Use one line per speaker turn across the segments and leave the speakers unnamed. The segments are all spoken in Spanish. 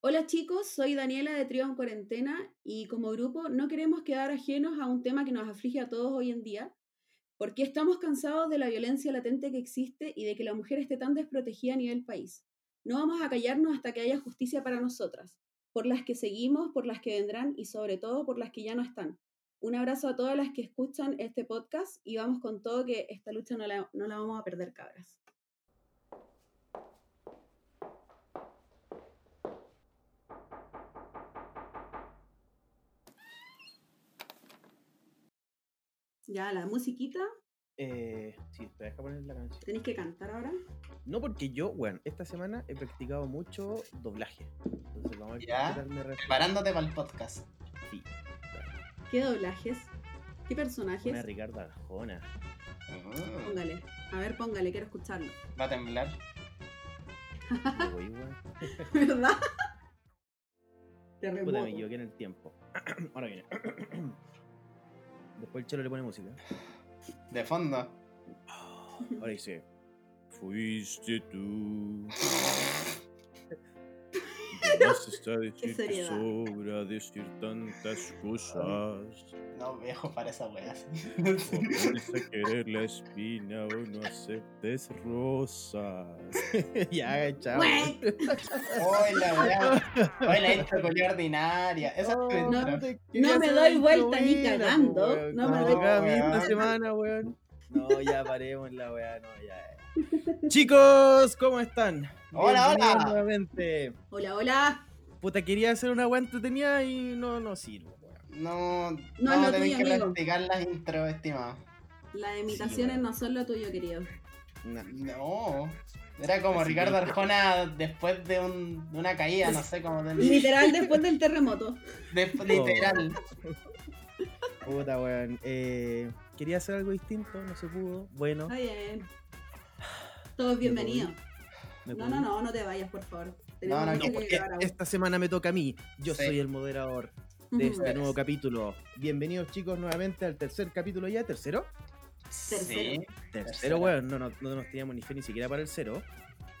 Hola chicos, soy Daniela de Trío en Cuarentena y como grupo no queremos quedar ajenos a un tema que nos aflige a todos hoy en día, porque estamos cansados de la violencia latente que existe y de que la mujer esté tan desprotegida a nivel país. No vamos a callarnos hasta que haya justicia para nosotras, por las que seguimos, por las que vendrán y sobre todo por las que ya no están. Un abrazo a todas las que escuchan este podcast y vamos con todo que esta lucha no la, no la vamos a perder cabras. Ya, la musiquita,
Eh, sí, te deja poner la canción.
tenéis que cantar ahora.
No, porque yo, weón, esta semana he practicado mucho doblaje. Entonces vamos a ver
Ya.
qué tal me resulta.
Preparándote para el podcast.
Sí,
¿Qué doblajes? ¿Qué
una de
personajes?
Ricardo Arjona.
Ah,
Póngale. A ver, póngale, quiero escucharlo.
va a temblar.
Me voy, weón.
¿Verdad?
Puta, me
Terremoto.
equivoqué en el tiempo. Ahora viene. Después el chelo le pone música.
De fondo.
Ahora dice: Fuiste tú. Además está decir
Qué
que
seriedad.
sobra decir tantas cosas.
No, viejo, para esa wea. sí.
O a querer la espina o no aceptes rosas. ya, chao.
Güey.
Hoy la wea. Hoy la intro culiá ordinaria. Esa es tu intro.
Oh, No me doy vuelta ni cagando, no
me doy-
Cada misma
Weón.
semana, weón. No, ya paremos la weá, no, ya. Chicos, ¿cómo están?
Hola, hola.
Bienvenidos Nuevamente.
Hola, hola.
Puta, quería hacer una weá entretenida y no, no sirve, weón.
No, no,
No es lo
tenés
tuyo,
que
amigo.
practicar las intros, estimado.
Las imitaciones
bueno.
no son lo tuyo, querido.
Nah.
No. Era como
Así
Ricardo
que-
Arjona después de, un, de una caída, no sé cómo. De,
Literal después del terremoto.
de- literal.
Puta, weón. Eh, quería hacer algo distinto, no se pudo. Bueno,
Está bien. Todos bienvenidos.
me
No,
pudrí.
no, no, no te vayas, por favor.
No, no,
mucho
No,
que
porque
llegar aún.
esta semana me toca a mí. Yo
Sí.
soy el moderador de
Ujú.
este nuevo
Eres.
capítulo. Bienvenidos chicos nuevamente al tercer capítulo ya. ¿Tercero?
Sí.
Tercero,
Tercero.
weón. No, no, no nos teníamos ni fe ni siquiera para el cero.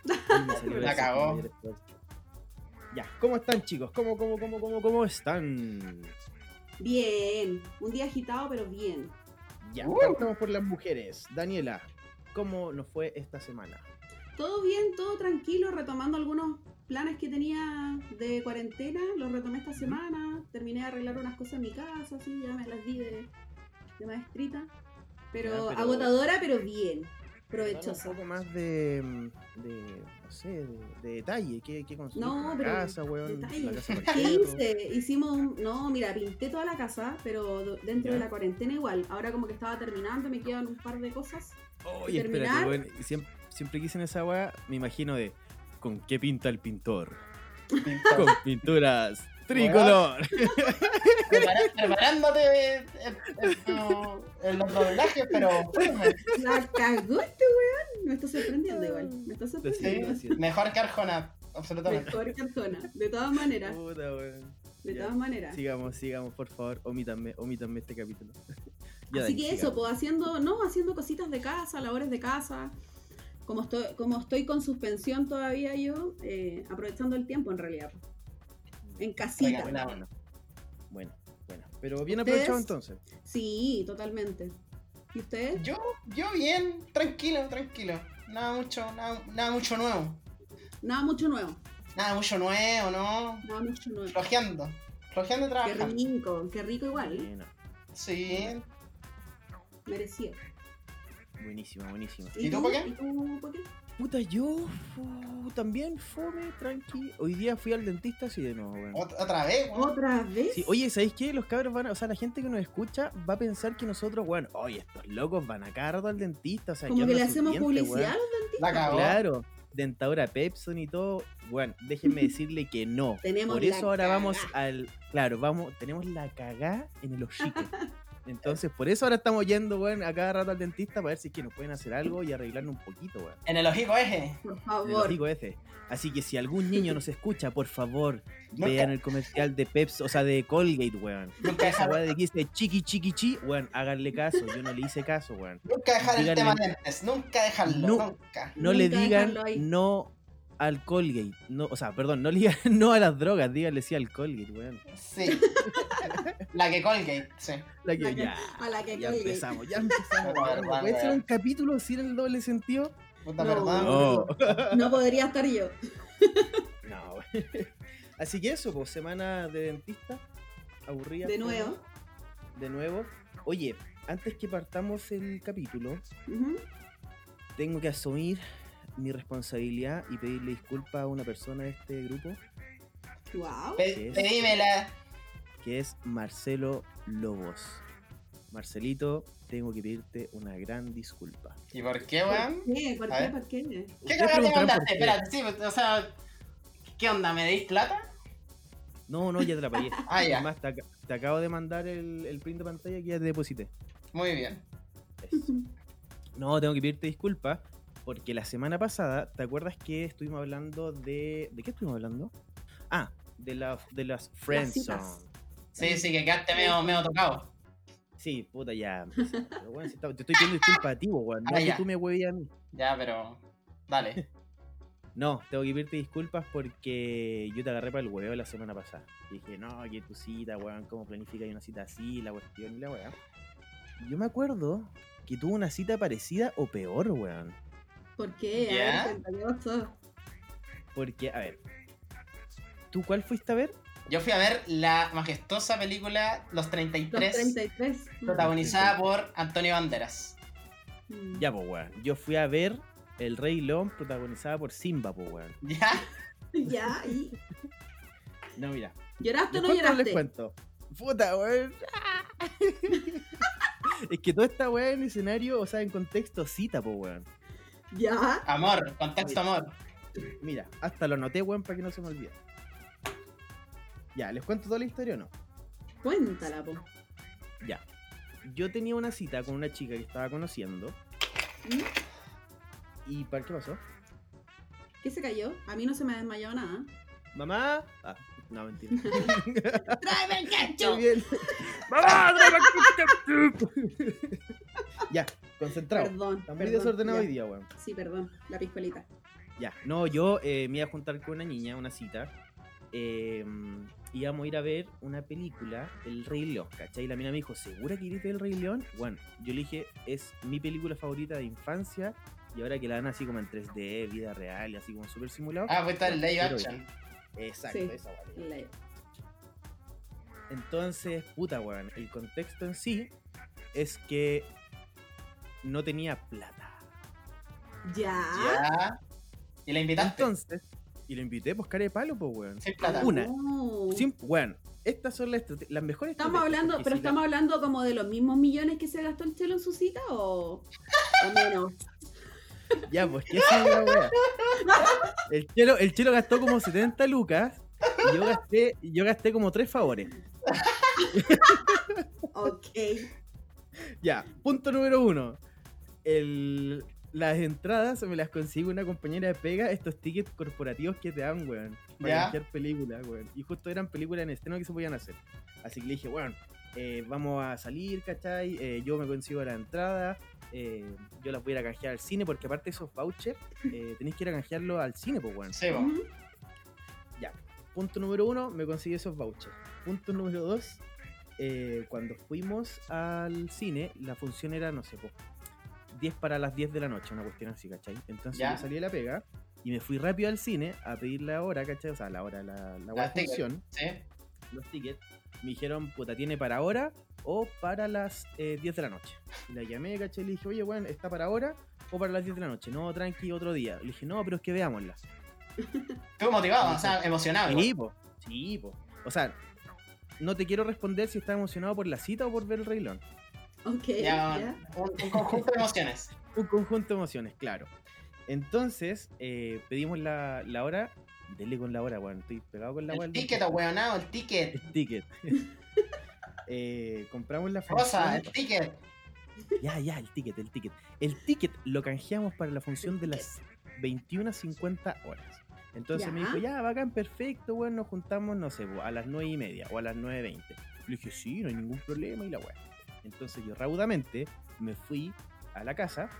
Ay, me salió
La
eso,
cagó.
me salió eso. Ya, ¿cómo están chicos? ¿Cómo, cómo, cómo, cómo, cómo están?
Bien. Un día agitado, pero bien.
Ya,
Uh.
partamos por las mujeres. Daniela, ¿cómo nos fue esta semana?
Todo bien, todo tranquilo, retomando algunos planes que tenía de cuarentena, los retomé esta semana, terminé de arreglar unas cosas en mi casa, así ya me las di de, de maestrita. Pero,
Ya, pero-
agotadora, pero bien,
Danos
provechosa.
Un poco más de, de no sé, de, de detalle. ¿Qué, qué construiste
No,
en la
pero
casa, weón?
detalle.
La casa para el
¿Qué
perro.
hice? Hicimos un... No, mira, pinté toda la casa, pero do- dentro
Ya.
de la cuarentena igual. Ahora como que estaba terminando, me quedan un par de cosas.
Oye, espérate,
terminar.
weón. Siempre, siempre que dicen esa weá, me imagino de con qué pinta el pintor. Con pinturas tricolor.
Prepara- preparándote eh, eh, no, en los doblajes, pero firme.
La cagó este weón. Me está sorprendiendo igual. Me está sorprendiendo.
Sí.
mejor que Arjona, absolutamente.
Mejor persona. De todas maneras.
Puta, weón.
De
Oh, Ya.
todas maneras.
Sigamos, sigamos, por favor. Omítanme, omítanme este capítulo. Ya,
Así
Dani,
que eso,
sigamos.
pues haciendo, no, haciendo cositas de casa, labores de casa. Como estoy, como estoy con suspensión todavía yo, eh, aprovechando el tiempo en realidad. pues, En casita.
Venga, venga,
Bueno, bueno. Pero bien
¿Ustedes?
aprovechado entonces.
Sí, totalmente. ¿Y ustedes?
Yo, yo bien, tranquilo, tranquilo. Nada mucho, nada, nada mucho nuevo.
Nada mucho nuevo.
Nada mucho nuevo, ¿no?
Nada mucho nuevo.
Flojeando. Flojeando y
Qué
trabajando.
rico, qué rico igual, ¿eh?
Bueno,
Sí.
Merecido.
buenísima, buenísima.
¿Y tú,
¿Y
Joaquín?
tú, Joaquín?
Puta, yo fu- también fome, tranqui. Hoy día fui al dentista así de nuevo, weón.
Ot- Otra vez, weón.
¿Otra vez?
Sí, oye, ¿sabéis qué? Los cabros van a, o sea, la gente que nos escucha va a pensar que nosotros, bueno, oye, estos locos van a cardo al dentista, o sea,
Como
¿qué
que
onda
le
sus
hacemos
dientes,
publicidad.
weón?
La cagó.
Claro, dentadura Pepson y todo. Bueno, déjenme decirle que no.
Tenemos
Por
la
eso ahora vamos
cagá.
al, claro, vamos, tenemos la cagá en el hocico. Entonces, por eso ahora estamos yendo, weón, a cada rato al dentista para ver si es que nos pueden hacer algo y arreglarnos un poquito, weón.
En el ojico eje.
Por
en el
favor.
hocico ese. Así que si algún niño nos escucha, por favor,
Nunca-
vean el comercial de Pepsi, o sea, de Colgate, weón.
Nunca
Esa
dejar,
weá de que dice chiqui chiqui chi, weón, háganle caso, yo no le hice caso, weón.
nunca dejar el
díganle-
tema lentes. Nunca dejarlo.
No.
Nunca.
No le
Nunca
digan
dejarlo ahí.
no al Colgate. No, o sea, perdón, no, le digan no a las drogas, díganle sí al Colgate, weón.
Sí. La que Colgate, sí.
La que-
La que-
ya,
a la que
ya
colgué.
empezamos, ya empezamos.
Pero,
weón.
verdad,
¿Puede ser
weón.
un capítulo sin el doble sentido?
Puta,
No. Oh,
perdón.
No.
No podría estar yo.
No. Así que eso, pues semana de dentista. Aburrida.
De nuevo.
De nuevo. Oye, antes que partamos el capítulo,
Ujú.
tengo que asumir mi responsabilidad y pedirle disculpas a una persona de este grupo,
Guau.
Pe- Pedímela.
que es Marcelo Lobos. Marcelito, tengo que pedirte una gran disculpa.
¿Y por qué, weón?
¿Por qué? ¿Por
A
qué?
ver.
¿Por qué?
¿Qué
Ustedes
cagada te
preguntarán
mandaste?
por qué.
Espérate, sí, o sea, ¿qué onda? ¿Me deis plata?
No, no, ya te la pagué.
Ah, ya.
Además, te, ac- te acabo de mandar el, el print de pantalla que ya te deposité.
Muy bien.
Eso. No, tengo que pedirte disculpas porque la semana pasada, ¿te acuerdas que estuvimos hablando de. ¿De qué estuvimos hablando? Ah, de, la, de las
citas.
Friendzone.
Sí, sí, que quedaste medio, medio tocado.
Sí, puta, ya. empezamos. Pero, weón, si estaba- te estoy pidiendo disculpas a ti, weón. No
Ah,
que
ya.
tú me huevías a mí.
Ya, pero. Dale.
No, tengo que pedirte disculpas porque yo te agarré para el hueveo la semana pasada. Y dije, no, que tu cita, weón, ¿cómo planificas una cita así? La cuestión y la weá. Y Yo me acuerdo que tuvo una cita parecida o peor, weón.
¿Por qué?
¿Ya?
A ver, cuéntame, ¿qué pasó?
Porque, a ver. ¿Tú cuál fuiste a ver?
Yo fui a ver la majestuosa película Los 33,
Los 33.
protagonizada por Antonio Banderas.
Mm.
Ya, pues, weón. Yo fui a ver El Rey León protagonizada por Simba, pues, weón.
¿Ya?
¿Ya? ¿Y
No, mira.
¿Lloraste o Ah, no
Después te les
lloraste?
cuento. Puta, weón. es que toda esta weá en escenario, o sea, en contexto cita, pues, weón.
¿Ya?
Amor, contexto amor.
Mira, hasta lo anoté, weón, para que no se me olvide. Ya, ¿les cuento toda la historia o no?
Cuéntala, po.
Ya. Yo tenía una cita con una chica que estaba conociendo. ¿Mm?
¿Mm?
¿Y para qué pasó?
¿Qué se cayó? A mí no se me ha desmayado nada.
¿Mamá? Ah, no, mentira.
¡Tráeme el
Muy
ketchup!
bien. ¡Mamá! dame ketchup! ya, concentrado.
Perdón.
Está muy
perdón,
desordenado
ya.
hoy día, weón.
Sí, perdón. La piscolita.
Ya, no, yo eh, me iba a juntar con una niña, una cita. eh, íbamos a ir a ver una película, El Rey León, ¿cachai? Y la mina me dijo, ¿segura que iriste El Rey León? Bueno, yo le dije, es mi película favorita de infancia. Y ahora que la dan así como en 3D, vida real, y así como súper simulado.
Ah, fue tal
bueno,
live
quiero ir.
action.
Exacto,
Sí.
esa guay.
La-
Entonces, puta, weón, el contexto en sí es que no tenía plata.
¿Ya?
Ya. ¿Y la invitaste?
Entonces, y lo invité, pues, cara de palo, pues, weón.
Sin plata.
Una.
No.
Sim- weón, estas son las, estrate- las mejores
Oh. Estamos
estrategias,
hablando,
porque
pero
si la-
estamos hablando como de los mismos millones que se gastó el chelo en su cita o, o menos.
Ya, pues, ¿qué es la weá? El chelo, el chelo gastó como 70 lucas y yo gasté, yo gasté como 3 favores.
Ok.
Ya, punto número uno. El- las entradas me las consigue una compañera de pega, estos tickets corporativos que te dan, weón. Para
Ya.
cualquier película, weón. Y justo eran películas en estreno que se podían hacer. Así que le dije, weón, eh, vamos a salir, ¿cachai? Eh, yo me consigo la entrada. eh, yo las voy a ir a canjear al cine, porque aparte de esos vouchers, eh, tenéis que ir a canjearlos al cine, pues, weón.
Sí, po.
Ujú.
Punto número uno, me conseguí esos vouchers. Punto número dos, eh, cuando fuimos al cine, la función era, no sé, po, 10 para las 10 de la noche, una cuestión así, ¿cachai? Entonces
Ya.
yo salí de la pega y me fui rápido al cine a pedir la hora, ¿cachai? O sea, la hora, la, la, hora de
tickets.
función,
Sí.
los tickets. Me dijeron, puta, tiene para ahora o para las eh, 10 de la noche. Y la llamé, ¿cachai? Le dije, oye, weón, ¿está para ahora o para las 10 de la noche? No, tranqui, otro día. Le dije, no, pero es que veámosla.
Estuvo motivado, o sea, emocionado.
Sí, po. Sí, po. O sea, no te quiero responder si estás emocionado por la cita o por ver el Rey León.
Ok.
Ya,
ya.
un, un conjunto de emociones.
Un conjunto de emociones, claro. Entonces, eh, pedimos la, la hora. Dele con la hora, weón. Estoy pegado con la hora.
El ticket, ahueonado, el ticket.
El ticket. Eh, compramos la
Rosa, el
función.
ticket.
Ya, ya, el ticket, el ticket. El ticket lo canjeamos para la función de las 21.50 horas. Entonces me
Ya.
dijo, ya, bacán, perfecto, weón, nos juntamos, no sé, a las 9 y media o a las 9.20. Le dije, sí, no hay ningún problema y la weá. Entonces yo raudamente me fui a la casa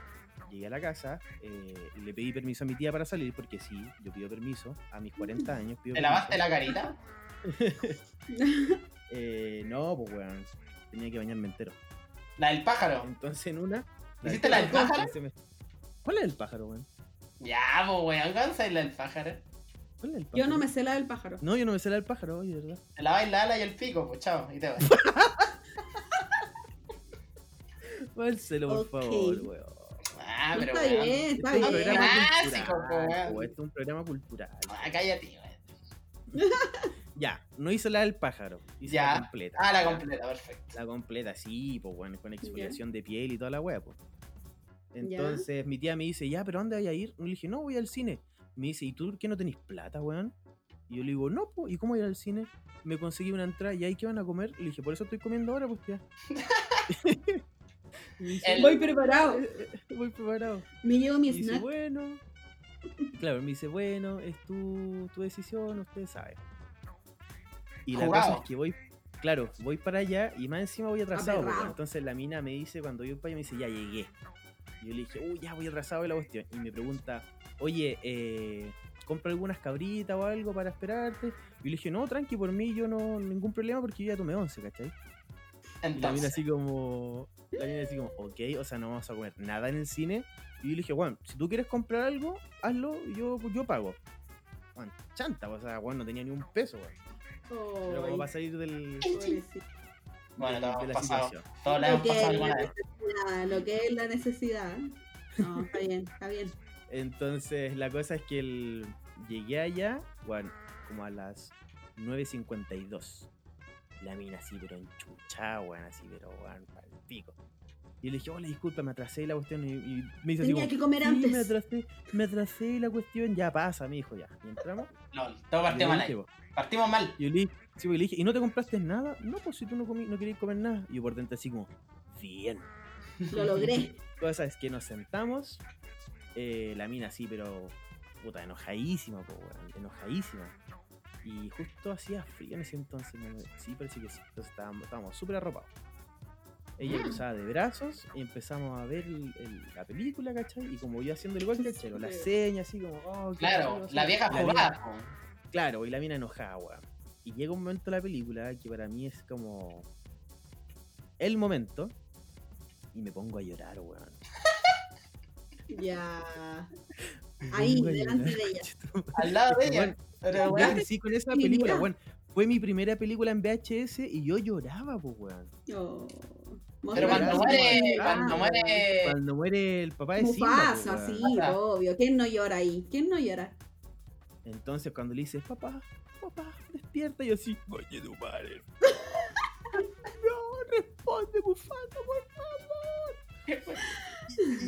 llegué a la casa eh, y le pedí permiso a mi tía para salir, porque sí, yo pido permiso a mis 40 años. Pido
¿Te lavaste
permiso.
la carita?
Eh, no, pues weón, tenía que bañarme entero.
La del pájaro.
Entonces en una...
¿Hiciste la del pájaro?
se me- ¿Cuál es el pájaro, weón?
Ya, pues, weón, ¿cómo la del pájaro?
¿Cuál es el pájaro?
Yo no me sé la del pájaro.
No, yo no me sé la del pájaro, oye, ¿verdad?
Te lavas la ala y el pico, pues, chao, y te vas.
Pónselo, por
Ok.
favor, weón.
Ah, pero,
está bien, está
weón.
Este es un
bien.
programa
Clásico,
cultural,
weón.
po, Este es un programa cultural.
Ah, cállate, weón.
Ya, no hice la del pájaro, hice
Ya.
la completa.
Ah, la
Ya,
completa, perfecto.
La completa, sí, pues bueno, con exfoliación de piel y toda la wea, pues. Entonces mi tía me dice, ya, pero ¿dónde voy a ir? Y le dije, no, voy al cine. Me dice, ¿y tú por qué no tenés plata, weón? Y yo le digo, no, pues, ¿y cómo voy a ir al cine? Me conseguí una entrada y ahí qué van a comer. Le dije, por eso estoy comiendo ahora, pues tía. Y me dice,
El-
Voy preparado.
voy preparado.
Me llevo
Y
mi
dice,
snack.
bueno. Claro, me dice, bueno, es tu, tu decisión, ustedes saben. Y la
Jugado.
cosa es que voy, claro, voy para allá y más encima voy atrasado. pues,
Aperrado.
entonces la mina me dice, cuando yo voy para allá, me dice, ya llegué. Y yo le dije, uy, ya voy atrasado de la cuestión. Y me pregunta, oye, eh, ¿compra algunas cabritas o algo para esperarte? Y yo le dije, no, tranqui, por mí yo no, ningún problema porque yo ya tomé once, ¿cachai? Y la mina
Entonces,
así como. La mina así como, ok, o sea, no vamos a comer nada en el cine. Y yo le dije, Juan, si tú quieres comprar algo, hazlo y yo, yo pago. Juan, chanta, o sea, Juan no tenía ni un peso, Juan. Pero como para salir del.
Ay, pobrecito.
bueno,
de,
todos
de
hemos
la
pasado.
situación.
Todos la hemos
Lo que
pasado
es
alguna
la
vez.
necesidad, lo que es la necesidad. No, está bien, está bien.
Entonces, la cosa es que el... llegué allá, Juan, como a las 9.52. La mina así, pero enchuchada, Juan, así, pero Juan, pal pico. Y yo le dije, hola, disculpa, me atrasé la cuestión. Y, y me hizo así como,
Tenía que comer
Sí, me
antes.
atrasé, me atrasé la cuestión, ya pasa, mi hijo, ya. Y entramos.
LOL, todo
y yo
partió mal
dije,
ahí.
po,
Partimos mal.
Yo le dije, sí, pues, le dije, ¿y no te compraste nada? No, pues si tú no, comí, no querías comer nada. Y yo por dentro así como, bien.
Lo logré.
Cosa es que nos sentamos, eh, la mina así, pero puta, enojadísima, po, weón, enojadísima. Y justo hacía frío en ese entonces, ¿no? sí, parece que sí. Entonces estábamos estábamos súper arropados. Ella
Mm.
cruzaba de brazos y empezamos a ver el- el- la película, ¿cachai? Y como yo haciendo el gol, ¿cachai? La seña, así como, oh, qué
Claro,
gracioso.
la vieja jugada. po.
Claro, y la mina enojada, weón. Y llega un momento de la película que para mí es como. El momento. Y me pongo a llorar, weón.
Ya.
Me
Ahí,
pongo a
delante
llorar,
de ella.
conchetumare.
Al lado de ella.
Bueno,
Pero,
Yo
weón,
crecí con esa
Mira.
película, weón. Fue mi primera película en VHS y yo lloraba, pues, weón.
Oh.
Pero cuando
Mufasa,
muere,
ah,
cuando muere.
Cuando muere el papá de Simba, pues,
Mufasa,
weón.
sí,
Mufasa.
obvio. ¿Quién no llora ahí? ¿Quién no llora?
Entonces cuando le dices, papá, papá, despierta, yo así, coño tu madre. No, responde, Mufasa, por favor.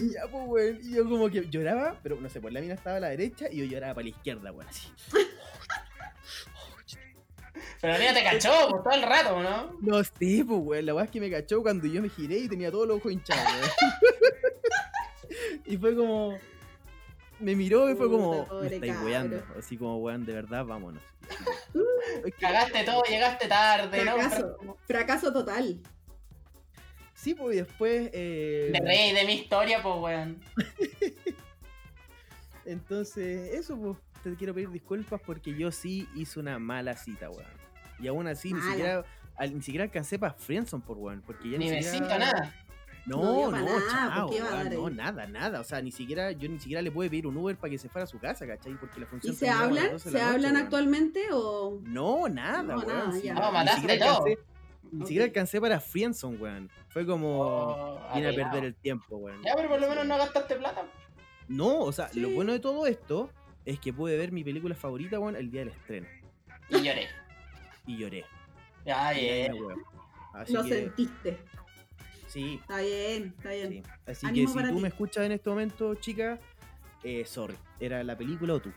Y ya, pues, weón. Y yo como que lloraba, pero no sé, pues la mina estaba a la derecha y yo lloraba para la izquierda, weón, así.
Pero la niña te cachó por todo el rato, ¿no?
No sé, pues, weón. La weá es que me cachó cuando yo me giré y tenía todos los ojos hinchados, weón. y fue como. Me miró y fue como.
Puta,
Me
pobre
estáis
cabro.
weando. Así como, weón, de verdad, vámonos. Es que-
Cagaste todo, llegaste tarde, ¿no?
Fracaso. Fracaso total.
Sí, pues y después. eh,
Me reí de mi historia, pues, weón.
Entonces, eso, pues, te quiero pedir disculpas porque yo sí hice una mala cita, weón. Y aún así, ni
Mala.
siquiera, al- ni siquiera alcancé para Friendson, por weón. Porque ya ni,
Ni
siquiera...
besito, nada.
No
No,
dio
no,
pa' nada,
chao,
¿por qué iba a
weón,
dar
no,
ahí?
nada, nada. O sea, ni siquiera, yo ni siquiera le pude pedir un Uber para que se fuera a su casa, ¿cachai? Porque la
¿Y
función
se
terminaba a las
hablan?
12
¿Se
de la noche,
hablan
weón.
actualmente o.?
No, nada,
No,
weón.
nada,
sí,
ya.
No,
ni
mataste
siquiera
todo.
alcancé, ni siquiera
Ok.
alcancé para Friendson, weón. Fue como.
Oh,
Viene a
arreglado.
perder el tiempo, weón.
Ya, pero por lo menos no gastaste plata.
No, o sea, lo
Sí.
bueno de todo esto es que pude ver mi película favorita, weón, el día del estreno.
Y lloré.
Y lloré.
Ya,
Y ahí
ya.
la weá. Así
Lo
que,
sentiste.
sí,
Está bien, está bien.
sí. Así
Ánimo
que si
para
tú
ti.
me escuchas en este momento, chica, eh, sorry, era la película o tú.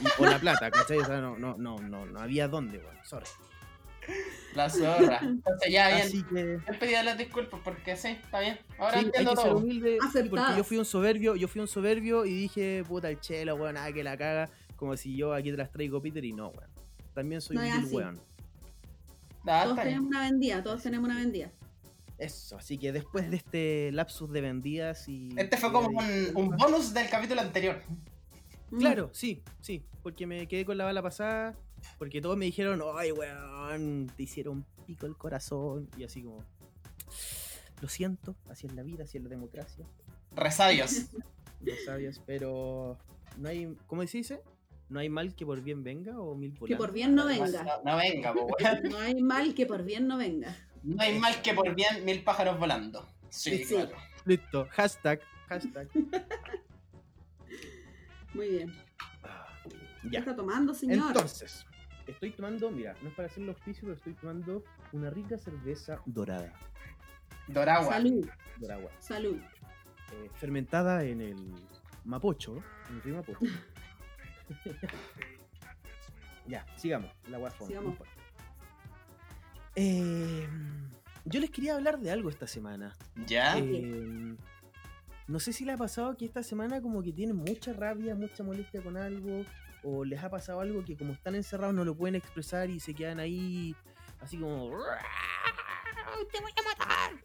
Y- o la plata, ¿cachai? O sea, no, no, no, no, no había dónde, weón, sorry.
La zorra. Entonces, ya, bien.
Así que,
Yo pedí las disculpas porque sí, está bien. Ahora
sí, hay
entiendo
que ser
todo.
humilde, sí, porque yo
Aceptadas.
fui un soberbio, yo fui un soberbio y dije, puta, el chelo, weón, nada que la caga, como si yo aquí te las traigo, Peter, y no, weón. También soy
No
un
es
vil
así.
weón.
Ah,
Todos
está bien.
tenemos una vendida, todos tenemos una vendida.
Eso, así que después de este lapsus de vendidas y.
Este fue como un, un bonus del capítulo anterior.
Mm.
Claro, sí, sí, porque me quedé con la bala pasada, porque todos me dijeron, ay, weón, te hicieron pico el corazón, y así como, lo siento, así es la vida, así es la democracia,
Resabios.
los sabios, pero no hay, ¿cómo se dice? No hay mal que por bien venga o mil por
Que
mal.
por bien no venga.
No, no venga, po, weón.
No hay mal que por bien no venga.
No hay mal que por bien mil pájaros volando. Sí,
Sí.
claro.
Listo, hashtag, hashtag.
Muy bien.
Ah,
¿Qué
ya.
está tomando, señor?
Entonces, estoy tomando, mira, no es para hacer los oficio, pero estoy tomando una rica cerveza dorada,
Doragua.
salud,
doragua,
salud.
eh, fermentada en el Mapocho, en el río Mapocho. ya, sigamos, la guafón.
Sigamos.
Em, yo les quería hablar de algo esta semana.
¿Ya?
Eh, no sé si le ha pasado que esta semana como que tienen mucha rabia, mucha molestia con algo, o les ha pasado algo que como están encerrados no lo pueden expresar y se quedan ahí así como... ¡Te voy a matar!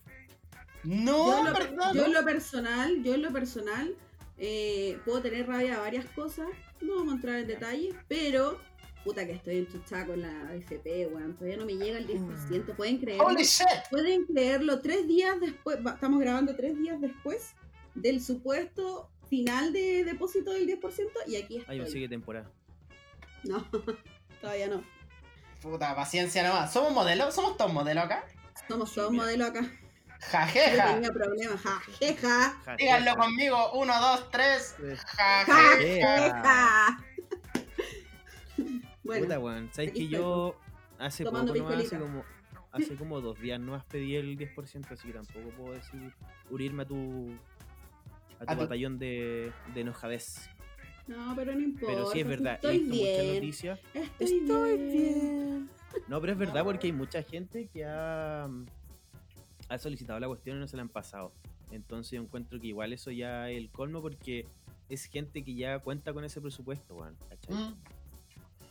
Yo
No,
en lo-
Ah,
perdón.
Yo en lo personal, yo en lo personal, eh, puedo tener rabia a varias cosas, no vamos a entrar en detalles, pero puta que estoy enchuchada con la AFP, weón, todavía no me llega el
Mm.
10%, pueden creerlo,
Holy shit.
pueden creerlo, tres días después, va, estamos grabando tres días después del supuesto final de depósito del 10% y aquí
Ahí me
estoy.
sigue temporada.
No, todavía no,
Puta, paciencia nomás. ¿Somos modelos? ¿Somos todos modelos acá?
somos
Sí,
todos
mira.
modelos acá, yo
Jajeja.
tenía problemas, jajeja,
Ja,
Díganlo
ja,
conmigo. Uno, dos, tres.
ja.
Jajeja.
jajeja. Bueno,
Ah. Puta, weón. Sabes
aquí
que
estoy,
yo hace
tomando
poco nomás,
piscolita.
hace como, hace como dos días nomás pedí el 10%, así que tampoco puedo decir unirme a tu, a tu
A tu-
batallón de, de enojadez.
no, pero no importa.
Pero sí es verdad, he
Estoy
visto muchas
bien.
noticias.
Estoy, bien.
No, pero es verdad porque hay mucha gente que ha, ha solicitado la cuestión y no se la han pasado. Entonces yo encuentro que igual eso ya es el colmo porque es gente que ya cuenta con ese presupuesto, weón. ¿cachai?
Mm,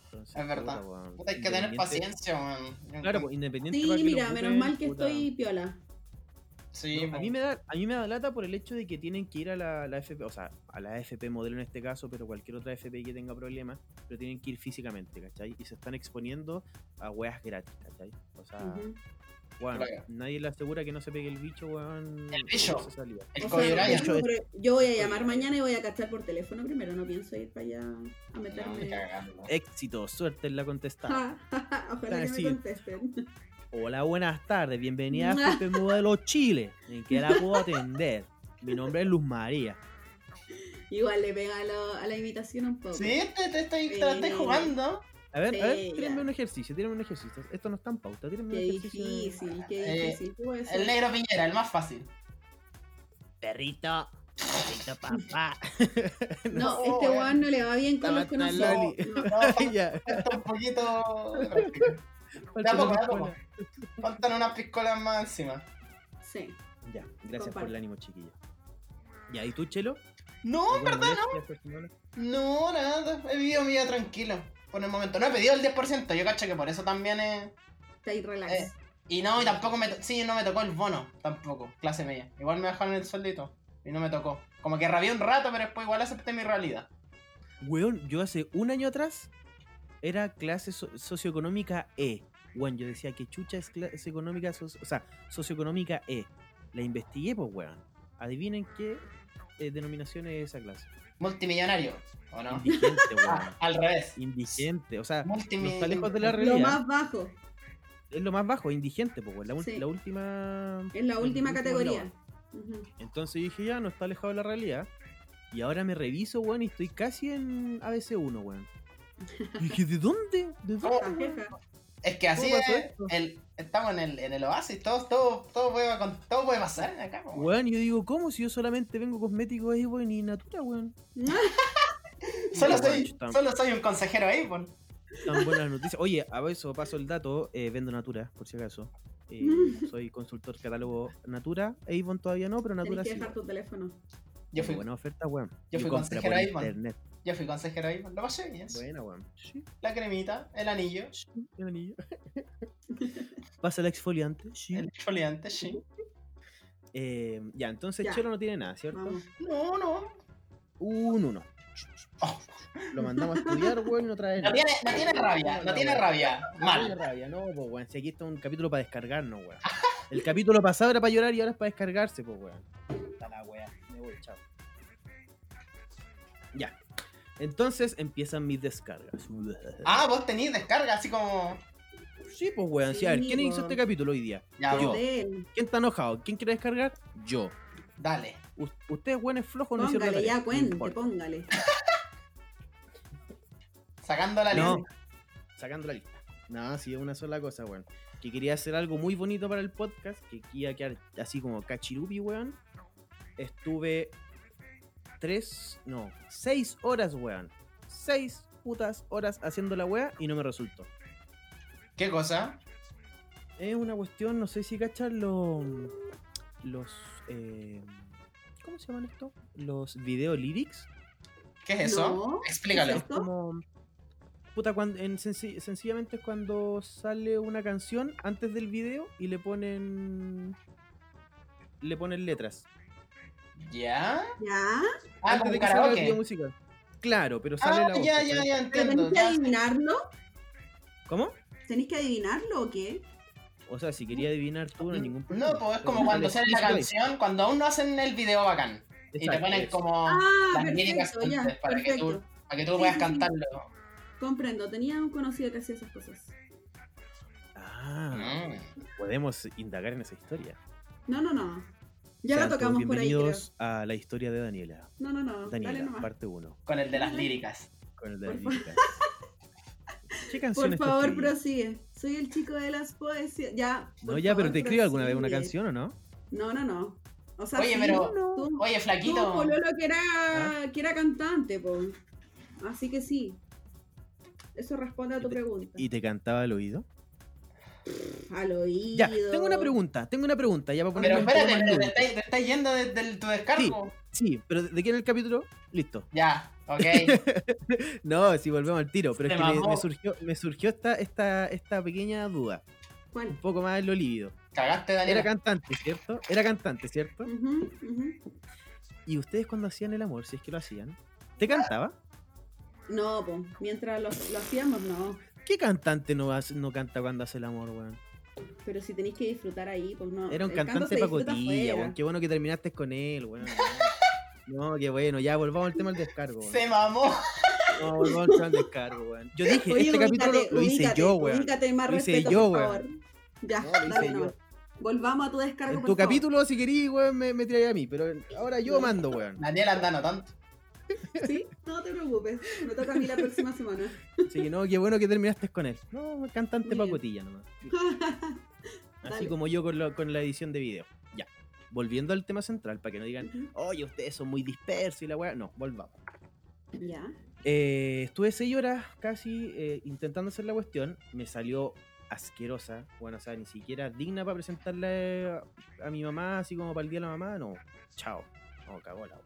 Entonces,
es verdad.
weón,
Puta, hay que tener
independiente-
paciencia, man.
Claro, pues, independiente para
Sí,
que lo
mira, menos
ocupen,
mal que
puta.
estoy piola.
Sí,
No, a, mí me da, a mí me da lata por el hecho de que tienen que ir a la, la FP, o sea, a la FP modelo en este caso, pero cualquier otra FP que tenga problemas, pero tienen que ir físicamente, ¿cachai? Y se están exponiendo a weas gratis, ¿cachai? O sea,
Ujú.
weón,
Claro.
nadie le asegura que no se pegue el bicho, weón.
El bicho.
en esa salida.
El
O
Kobe
sea,
Bryant.
yo, creo- yo voy a
Kobe
llamar
Bryant.
mañana y voy a cachar por teléfono primero. No pienso ir para allá a
No, me
meterme.
cagando.
Éxito, suerte en la
Ja,
contestada.
ja, ja, Ojalá que
Ah, Sí.
me contesten.
Hola, buenas tardes, bienvenida a FP Modelo Chile. ¿En qué la puedo atender? Mi nombre es Luz María.
Igual le pega a, lo- a la invitación un poco.
Sí, te, te estoy, te
Sí.
la estoy jugando.
A ver, a
Sí,
ver,
ya.
tírenme un ejercicio, tírenme un ejercicio. Esto no está en pauta, tírenme
Qué
un ejercicio. de-
difícil, qué
Eh,
difícil. Puede
El
ser.
negro piñera, el más fácil.
Perrito, perrito papá.
No,
No,
este
eh.
weón no le va bien con los
Está matando a
conocidos. No.
No, falta
ya.
un poquito. de práctica.
falta
poco,
una
de a poco.
piscola.
Faltan unas piscolas más encima.
Sí.
Ya, gracias por
Comparte.
el ánimo, chiquillo. Ya, ¿y tú, Chelo?
Oh, No,
¿Alguna
¿verdad?
molestia personal?
No, nada. He vivido mi vida tranquilo. Por el momento. No he pedido el 10%. Yo cacho que por eso también es.
Está ahí relax.
Eh. Y no, y tampoco me. to- Sí, no me tocó el bono. Tampoco. Clase media. Igual me bajaron el sueldito. Y no me tocó. Como que rabié un rato, pero después igual acepté mi realidad.
Weón, yo hace un año atrás era clase so- socioeconómica E. Weón, yo decía que chucha es clase económica, so- o sea, socioeconómica E. La investigué, pues, weón. Adivinen qué eh, denominación es esa clase.
Multimillonario. ¿O no?
Indigente, weón.
Ah, al revés.
Indigente, o sea, no está
Multimillonario.
lejos de la
Lo
realidad.
más bajo.
es lo más bajo, indigente, pues, weón, la, ul-
Sí.
la última.
Es la última
el último
categoría.
eslabón.
Ujú.
Entonces dije, ya, no está alejado de la realidad. Y ahora me reviso, weón, y estoy casi en ABC1, weón. Y dije, ¿de dónde? ¿De dónde?
Ja,
weón?
ja, ja.
Es que así
¿Cómo pasó
es.
esto?
El, estamos en el, en el oasis. Todo, todo, todo, puede, con- todo puede pasar acá. po.
Weón, yo digo, ¿cómo si yo solamente vengo cosmético ahí, weón, y natura, weón?
Solo
Ya, weón,
soy,
tan,
solo soy un consejero ahí, po.
tan buenas noticias. Oye, a eso paso el dato, eh, vendo natura, por si acaso. Eh,
Mm.
soy consultor catálogo Natura, Avon todavía no, pero Natura
Tenés que
sí.
dejar tu teléfono.
Yo fui,
Buena oferta, weón.
Yo
Y
fui
compra
consejero
por
Avon.
internet.
yo fui consejero ahí, po. Lo pasé bien.
Buena, weón. Sí.
La cremita, el anillo,
Sí, el anillo. Pasa el exfoliante. Sí.
el exfoliante, sí.
Eh, ya, entonces
Ya.
Chelo no tiene nada, ¿cierto?
Vamos.
No, no.
Un 1.
Oh.
Lo mandamos a estudiar, weón, y no trae
No
nada.
tiene, no tiene rabia, no tiene rabia.
No tiene
Mal.
rabia, no, pues, weón. Si aquí está un capítulo para descargarnos, weón. El capítulo pasado era para llorar y ahora es para descargarse, pues, weón. Está la weá. Me voy, chao. Ya. Entonces empiezan mis descargas.
Ah, vos tenís descarga así como.
Sí, pues, weón. Sí, a ver,
Sí,
¿quién hizo
weón.
este capítulo hoy día?
Ya,
Yo.
vos.
Ven,
¿Quién está enojado? ¿Quién quiere descargar? Yo.
Dale.
U- ustedes, weón, es flojo, no hicieron la
póngale
tarea.
ya,
No
cuente,
importa.
póngale.
Sacando la
No,
lista.
sacando la lista. No, sí, es una sola cosa, weón. Que quería hacer algo muy bonito para el podcast, que iba a quedar así como cachirupi, weón. Estuve tres, no, seis horas, weón. Seis putas horas haciendo la wea y no me resultó.
¿Qué cosa?
Es una cuestión, no sé si cachan los... Los... eh, ¿Cómo se llaman esto? Los video lyrics.
¿Qué es eso?
No,
Explícalo.
¿qué es eso?
como puta cuando en senci- sencillamente es cuando sale una canción antes del video y le ponen le ponen letras
¿Ya?
Ya.
Ah,
antes
como
de que salga el video
karaoke.
musical claro pero sale
Ah,
la voz,
ya,
¿cachai?
ya, ya,
¿Pero
entiendo.
tenés que
ya.
adivinarlo?
cómo
¿Tenés que adivinarlo o qué?
o sea si quería adivinar tú no hay ningún problema
No, pues es
Pero
como
sale
cuando sale la
Squeeze Boy.
canción, cuando aún no hacen el video bacán. Y te
Exacto,
ponen
eso.
como
Ah,
las líricas
perfecto, ya,
antes para que, tú,
perfecto.
para que tú
Sí,
puedas
sí, sí.
cantarlo.
Comprendo, tenía un conocido que hacía esas cosas.
ah,
Mm.
podemos indagar en esa historia
No, no, no. Ya
Sean
la
todos
tocamos por ahí, creo.
bienvenidos a la historia de Daniela
No, no, no. Dale
Daniela
nomás.
parte 1
Con el de las líricas.
con el de
Por
las
fa-
líricas. ¿Qué
Por
canciones te
favor,
escribí?
prosigue. Soy el chico de las poesías. Ya.
No,
por
ya, pero
favor,
te escribe alguna vez una
prosigue.
canción o no?
No, no, no. O sea,
Oye,
sí,
pero-
tú-
Oye,
tú,
flaquito.
Pololo, que
Ah.
era, que era cantante, po. Así que sí. Eso responde a tu
Y te-
pregunta.
Y te cantaba al oído.
Al oído.
Ya, tengo una pregunta, tengo una pregunta, ya para poner
Pero espérate, pero te estáis te estáis yendo de, del- tu descargo.
Sí, pero ¿de qué era el capítulo? Listo.
Ya, ok.
No, si volvemos al tiro, pero
Se
es que me,
mamó.
me surgió, me surgió esta, esta, esta pequeña duda, un
¿Cuál?
poco más en lo lívido.
Cagaste,
Era
Daniel.
cantante, ¿cierto? Era cantante, ¿cierto?
Ujú, ujú.
Y ustedes cuando hacían el amor, si es que lo hacían, ¿te cantaba?
No, po. Mientras lo, lo hacíamos, no.
¿Qué cantante no, hace- no canta cuando hace el amor, weón?
Pero si tenéis que disfrutar ahí, pues no.
Era un
El canto
cantante
se disfruta
pacotilla,
afuera.
weón. Qué bueno que terminaste con él, weón. No, qué bueno, ya volvamos al tema del descargo, weón.
Se mamó.
No, volvamos al tema del descargo, weón. Yo dije,
Oye,
este
ubícate,
capítulo lo, lo hice
ubícate,
yo, weón.
ubícate, más
Lo hice
respeto,
yo,
por
weón.
favor. Ya,
No, lo hice
dale
yo.
nomás. Volvamos a tu descargo,
En
por
tu
favor.
capítulo, si querís, weón, me, me tiráis a mí, pero ahora yo mando, weón.
Daniel anda no tanto.
Sí, no te preocupes. Me toca a mí la próxima semana.
Así que no, qué bueno que terminaste con él. No, cantante
Muy bien.
pacotilla nomás. Así
Dale.
como yo con, lo- con la edición de video. Ya. Volviendo al tema central, para que no digan, oye, ustedes son muy dispersos y la weá. No, volvamos.
ya.
Eh, estuve seis horas casi eh, intentando hacer la cuestión. Me salió asquerosa. Bueno, o sea, ni siquiera digna para presentarla eh, a mi mamá, así como para el día de la mamá. No, chao. No, cagó la weá.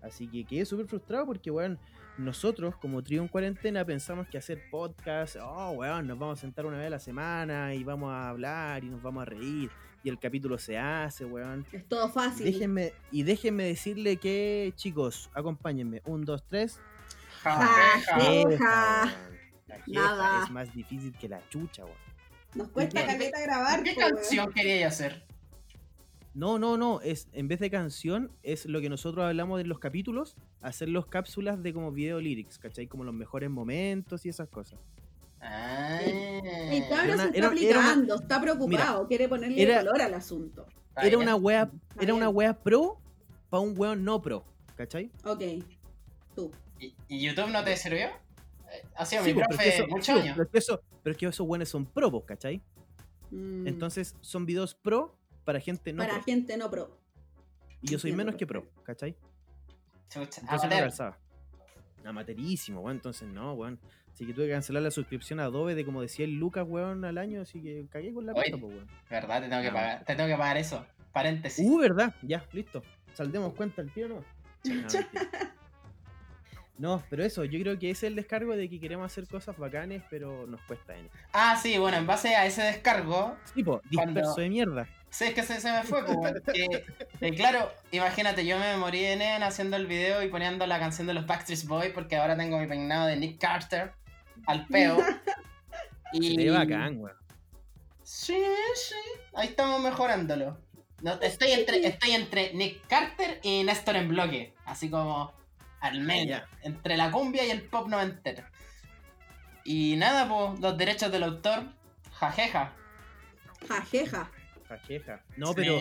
Así que quedé súper frustrado porque, weón, nosotros como trío en cuarentena pensamos que hacer podcast, oh, weón, nos vamos a sentar una vez a la semana y vamos a hablar y nos vamos a reír y el capítulo se hace, weón.
Es todo fácil.
Déjenme, y déjenme decirle que, chicos, acompáñenme. Un, dos, tres.
Ja,
Ja,
ja.
Jefa, weón. La jefa
Nada.
es más difícil que la chucha, weón.
Nos cuesta
Bien.
caleta
ja.
grabar.
¿Qué
po, weón.
canción quería hacer?
No, no, no. Es, en vez de canción, es lo que nosotros hablamos de los capítulos, hacer los cápsulas de como video lyrics, ¿cachai? Como los mejores momentos y esas cosas.
Ah.
El cabro
Era una-
se está
era- era una-
aplicando, está preocupado, quiere ponerle
era-
color al asunto.
Está
Era
bien.
una wea,
Está
era una
bien.
wea pro para un weón no pro, ¿cachai?
Ok, tú.
¿Y, y YouTube no te sirvió? Eh, Ha sido mi
pues,
profe
eso-
muchos
sí,
años.
pero es que eso- pero es que esos weones son pro, pues, ¿cachai?
Mm,
Entonces son videos pro para gente no pues.
para
pro.
gente no pro.
Y yo soy
entiendo
menos que pro, ¿cachai?
Chucha,
Entonces no
amateur.
calzaba. Amaterísimo, weón. Entonces no, weón. Así que tuve que cancelar la suscripción a Adobe de como decía el Lucas, weón, al año. Así que cagué con la
Oye.
plata, pues, weón.
¿Verdad? Te tengo que
No.
pagar, te tengo que pagar eso. Paréntesis.
Uh, ¿verdad? Ya, listo.
Oh.
Saldemos cuenta el tío, ¿no? No, Ah, mentira. No, pero eso, yo creo que ese es el descargo de que queremos hacer cosas bacanes, pero nos cuesta ¿eh? en
Ah, sí, bueno, en base a ese descargo,
Tipo, disperso
Cuando-
de mierda.
Sí, es que se, se me fue, po, weón. Que- eh, claro, imagínate, yo me morí de nena haciendo el video y poniendo la canción de los Backstreet Boys porque ahora tengo mi peinado de Nick Carter al peo.
Se
Y...
ve bacán, weón.
Sí, sí. Ahí estamos mejorándolo. No, estoy, entre, estoy entre Nick Carter y Néstor en bloque. Así como al medio.
Ya.
Entre la cumbia y el pop noventero. Y nada, pues, los derechos del autor. Jajeja.
Jajeja.
Jajeja. No,
Sí.
pero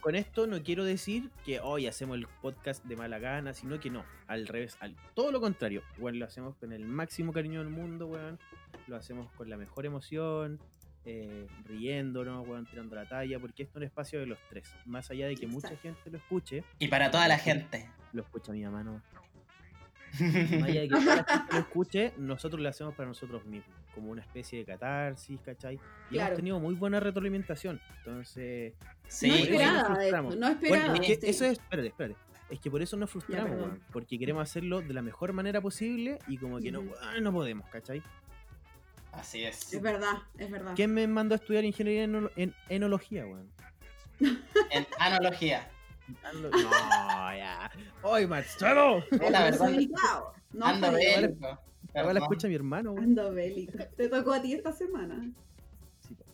con esto no quiero decir que hoy hacemos el podcast de mala gana, sino que no, al revés, al todo lo contrario. Bueno, lo hacemos con el máximo cariño del mundo, weón. Lo hacemos con la mejor emoción, eh, riéndonos, weón, tirando la talla, porque esto es un espacio de los tres. Más allá de que mucha
Exacto.
gente lo escuche,
Y para toda la gente.
lo escucha mi mamá, no. Más allá de que toda la gente lo escuche, nosotros lo hacemos para nosotros mismos, como una especie de catarsis, ¿cachai? Y
Claro.
hemos tenido muy buena retroalimentación. Entonces,
sí.
no
por eso nos
esperaba de
frustramos.
esto, no esperaba.
Bueno, es que
sí.
eso es, espérate, espérate. Es que por eso nos frustramos,
este perdón.
weón, porque queremos hacerlo de la mejor manera posible y como que no,
Ujú.
ah, no podemos, ¿cachai?
Así es.
Es verdad, es verdad.
¿Quién me mandó a estudiar ingeniería en, en enología, weón?
En analogía.
No, ya. ¡Ay, Marcelo!
Es
La verdad.
delicado. No,
Ando
pero-
bien.
bélico.
Ahora la
Perdón.
escucha mi hermano, weón.
Ando bélico. Te tocó a ti esta semana.
Sí, po.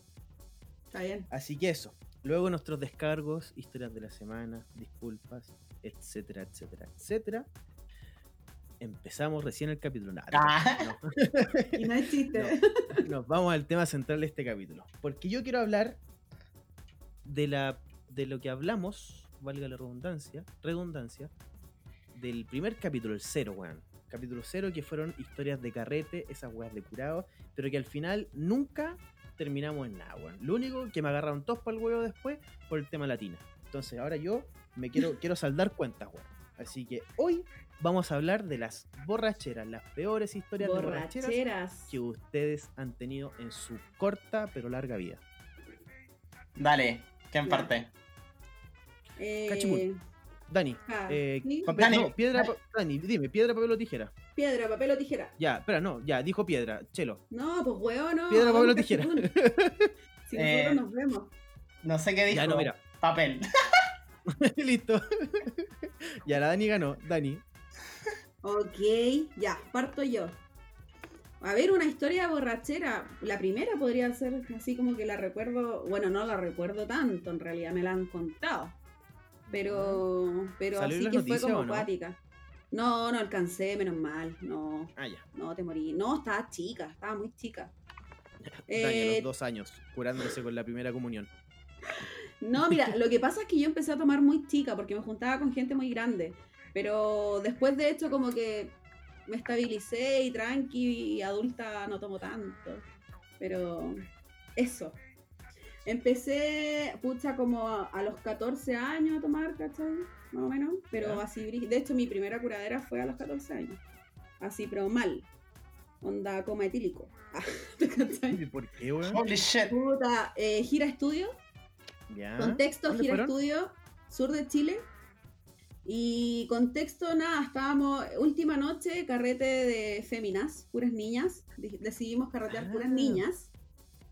Está bien.
Así que eso. Luego nuestros descargos, historias de la semana, disculpas, etcétera, etcétera, etcétera. Empezamos recién el capítulo. Nah,
Ah.
no.
Y no es chiste.
Nos vamos al tema central de este capítulo. Porque yo quiero hablar de la de lo que hablamos, valga la redundancia, redundancia, del primer capítulo, el cero, weón. Capítulo cero, que fueron historias de carrete, esas weas de curado, pero que al final nunca terminamos en nada, weón. Lo único que me agarraron todos para el huevo después por el tema latina. Entonces ahora yo me quiero, quiero saldar cuentas, weón. Así que hoy vamos a hablar de las borracheras, las peores historias de borracheras
Borracheras.
que ustedes han tenido en su corta pero larga vida.
Dale, ¿quién parte?
Eh,
Cachipún. Dani,
ja,
eh,
Ah, ¿sí?
papel-
Dani.
no, piedra, pa- Dani, dime, piedra, papel o tijera.
Piedra, papel o tijera.
Ya, espera, no, ya, dijo piedra, chelo.
No, pues weón, no.
Piedra, papel o
vamos,
tijera.
Cachipún. Si
Eh,
nosotros nos vemos.
No sé qué dijo.
ya, no, mira,
Papel.
listo. ya, la Dani ganó, Dani.
Ok, ya, parto yo. A ver, una historia borrachera. La primera podría ser así como que la recuerdo. Bueno, no la recuerdo tanto, en realidad me la han contado. Pero, pero
¿Salió en
así
las
que fue
noticias
como
o no?
acuática. No, no alcancé, menos mal. No,
Ah, ya.
no te morí. No, estaba chica, estaba muy chica.
Dani, a
Eh,
los dos años, curándose con la primera comunión.
No, mira, lo que pasa es que yo empecé a tomar muy chica porque me juntaba con gente muy grande. Pero después de esto como que me estabilicé y tranqui y adulta no tomo tanto. Pero eso. Empecé, pucha, como a, a los 14 años a tomar, ¿cachai? Más o menos. Pero
Ya.
así, brí- de hecho mi primera curadera fue a los 14 años. Así, pero mal. Onda coma etílico. ¿Cachai?
¿Por qué, weón?
Holy shit.
Puta, eh, gira estudio.
Ya.
Contexto,
¿Ah? ¿Dónde
Gira
fueron?
Estudio, sur de Chile. Y contexto, nada, estábamos última noche, carrete de féminas, puras niñas. de- Decidimos carretear
Ah.
puras niñas.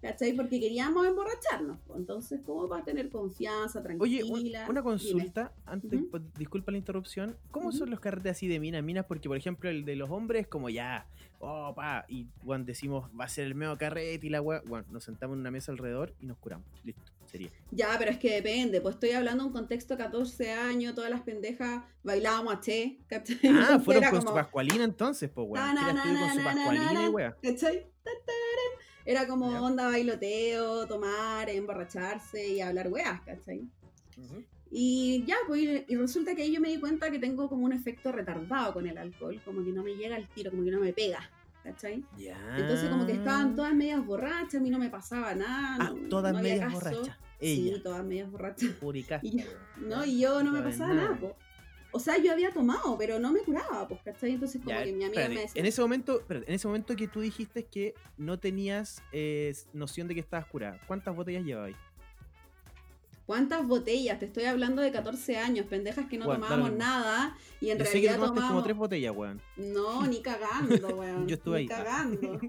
¿Cachai? Porque queríamos emborracharnos. pues, Entonces, ¿cómo para tener confianza,
Oye,
tranquila?
un-
Dime.
una consulta, antes,
Ujú.
pues, disculpa la interrupción, ¿cómo
Ujú.
son los carretes así de minas, minas? Porque, por ejemplo, el de los hombres es como ya, oh, pa, y cuando decimos va a ser el medio carrete y la weá, bueno, nos sentamos en una mesa alrededor y nos curamos, listo, sería.
Ya, pero es que depende. Pues estoy hablando de un contexto 14 años, todas las pendejas bailábamos a che, ¿cachai?
Ah,
Entonces
fueron
era
con su
como-
pascualina entonces, pues,
Na,
weón,
na,
Gira
na,
estudio con
na,
su
na, na,
pascualina y
na.
weá.
¿Cachai? Ta, tarán. Era como
Ya.
onda bailoteo, tomar, emborracharse y hablar weas, ¿cachai? Y ya, pues, y- y resulta que ahí yo me di cuenta que tengo como un efecto retardado con el alcohol, como que no me llega el tiro, como que no me pega, ¿cachai?
Ya.
Entonces como que estaban todas medias borrachas, a mí no me pasaba nada.
Ah,
no-
todas
no había
medias
caso.
borrachas.
Sí,
Ella,
todas medias borrachas.
puricasta,
Y-
weón.
No, y yo no me
saben
pasaba nada, po. O sea, yo había tomado, pero no me curaba, pues, ¿cachai? Entonces como
Ya,
que mi amiga
espérate,
me decía...
en ese momento, espérate, en ese momento que tú dijiste que no tenías eh, noción de que estabas curada, ¿cuántas botellas llevabas?
¿Cuántas botellas? Te estoy hablando de 14 años, pendejas que no
Bueno, da lo
tomábamos
mismo.
nada y en
Yo sé que te
realidad
tomaste como
tomábamos.
tres botellas, weón.
No, ni cagando, weón.
Yo estuve
ni
ahí.
cagando.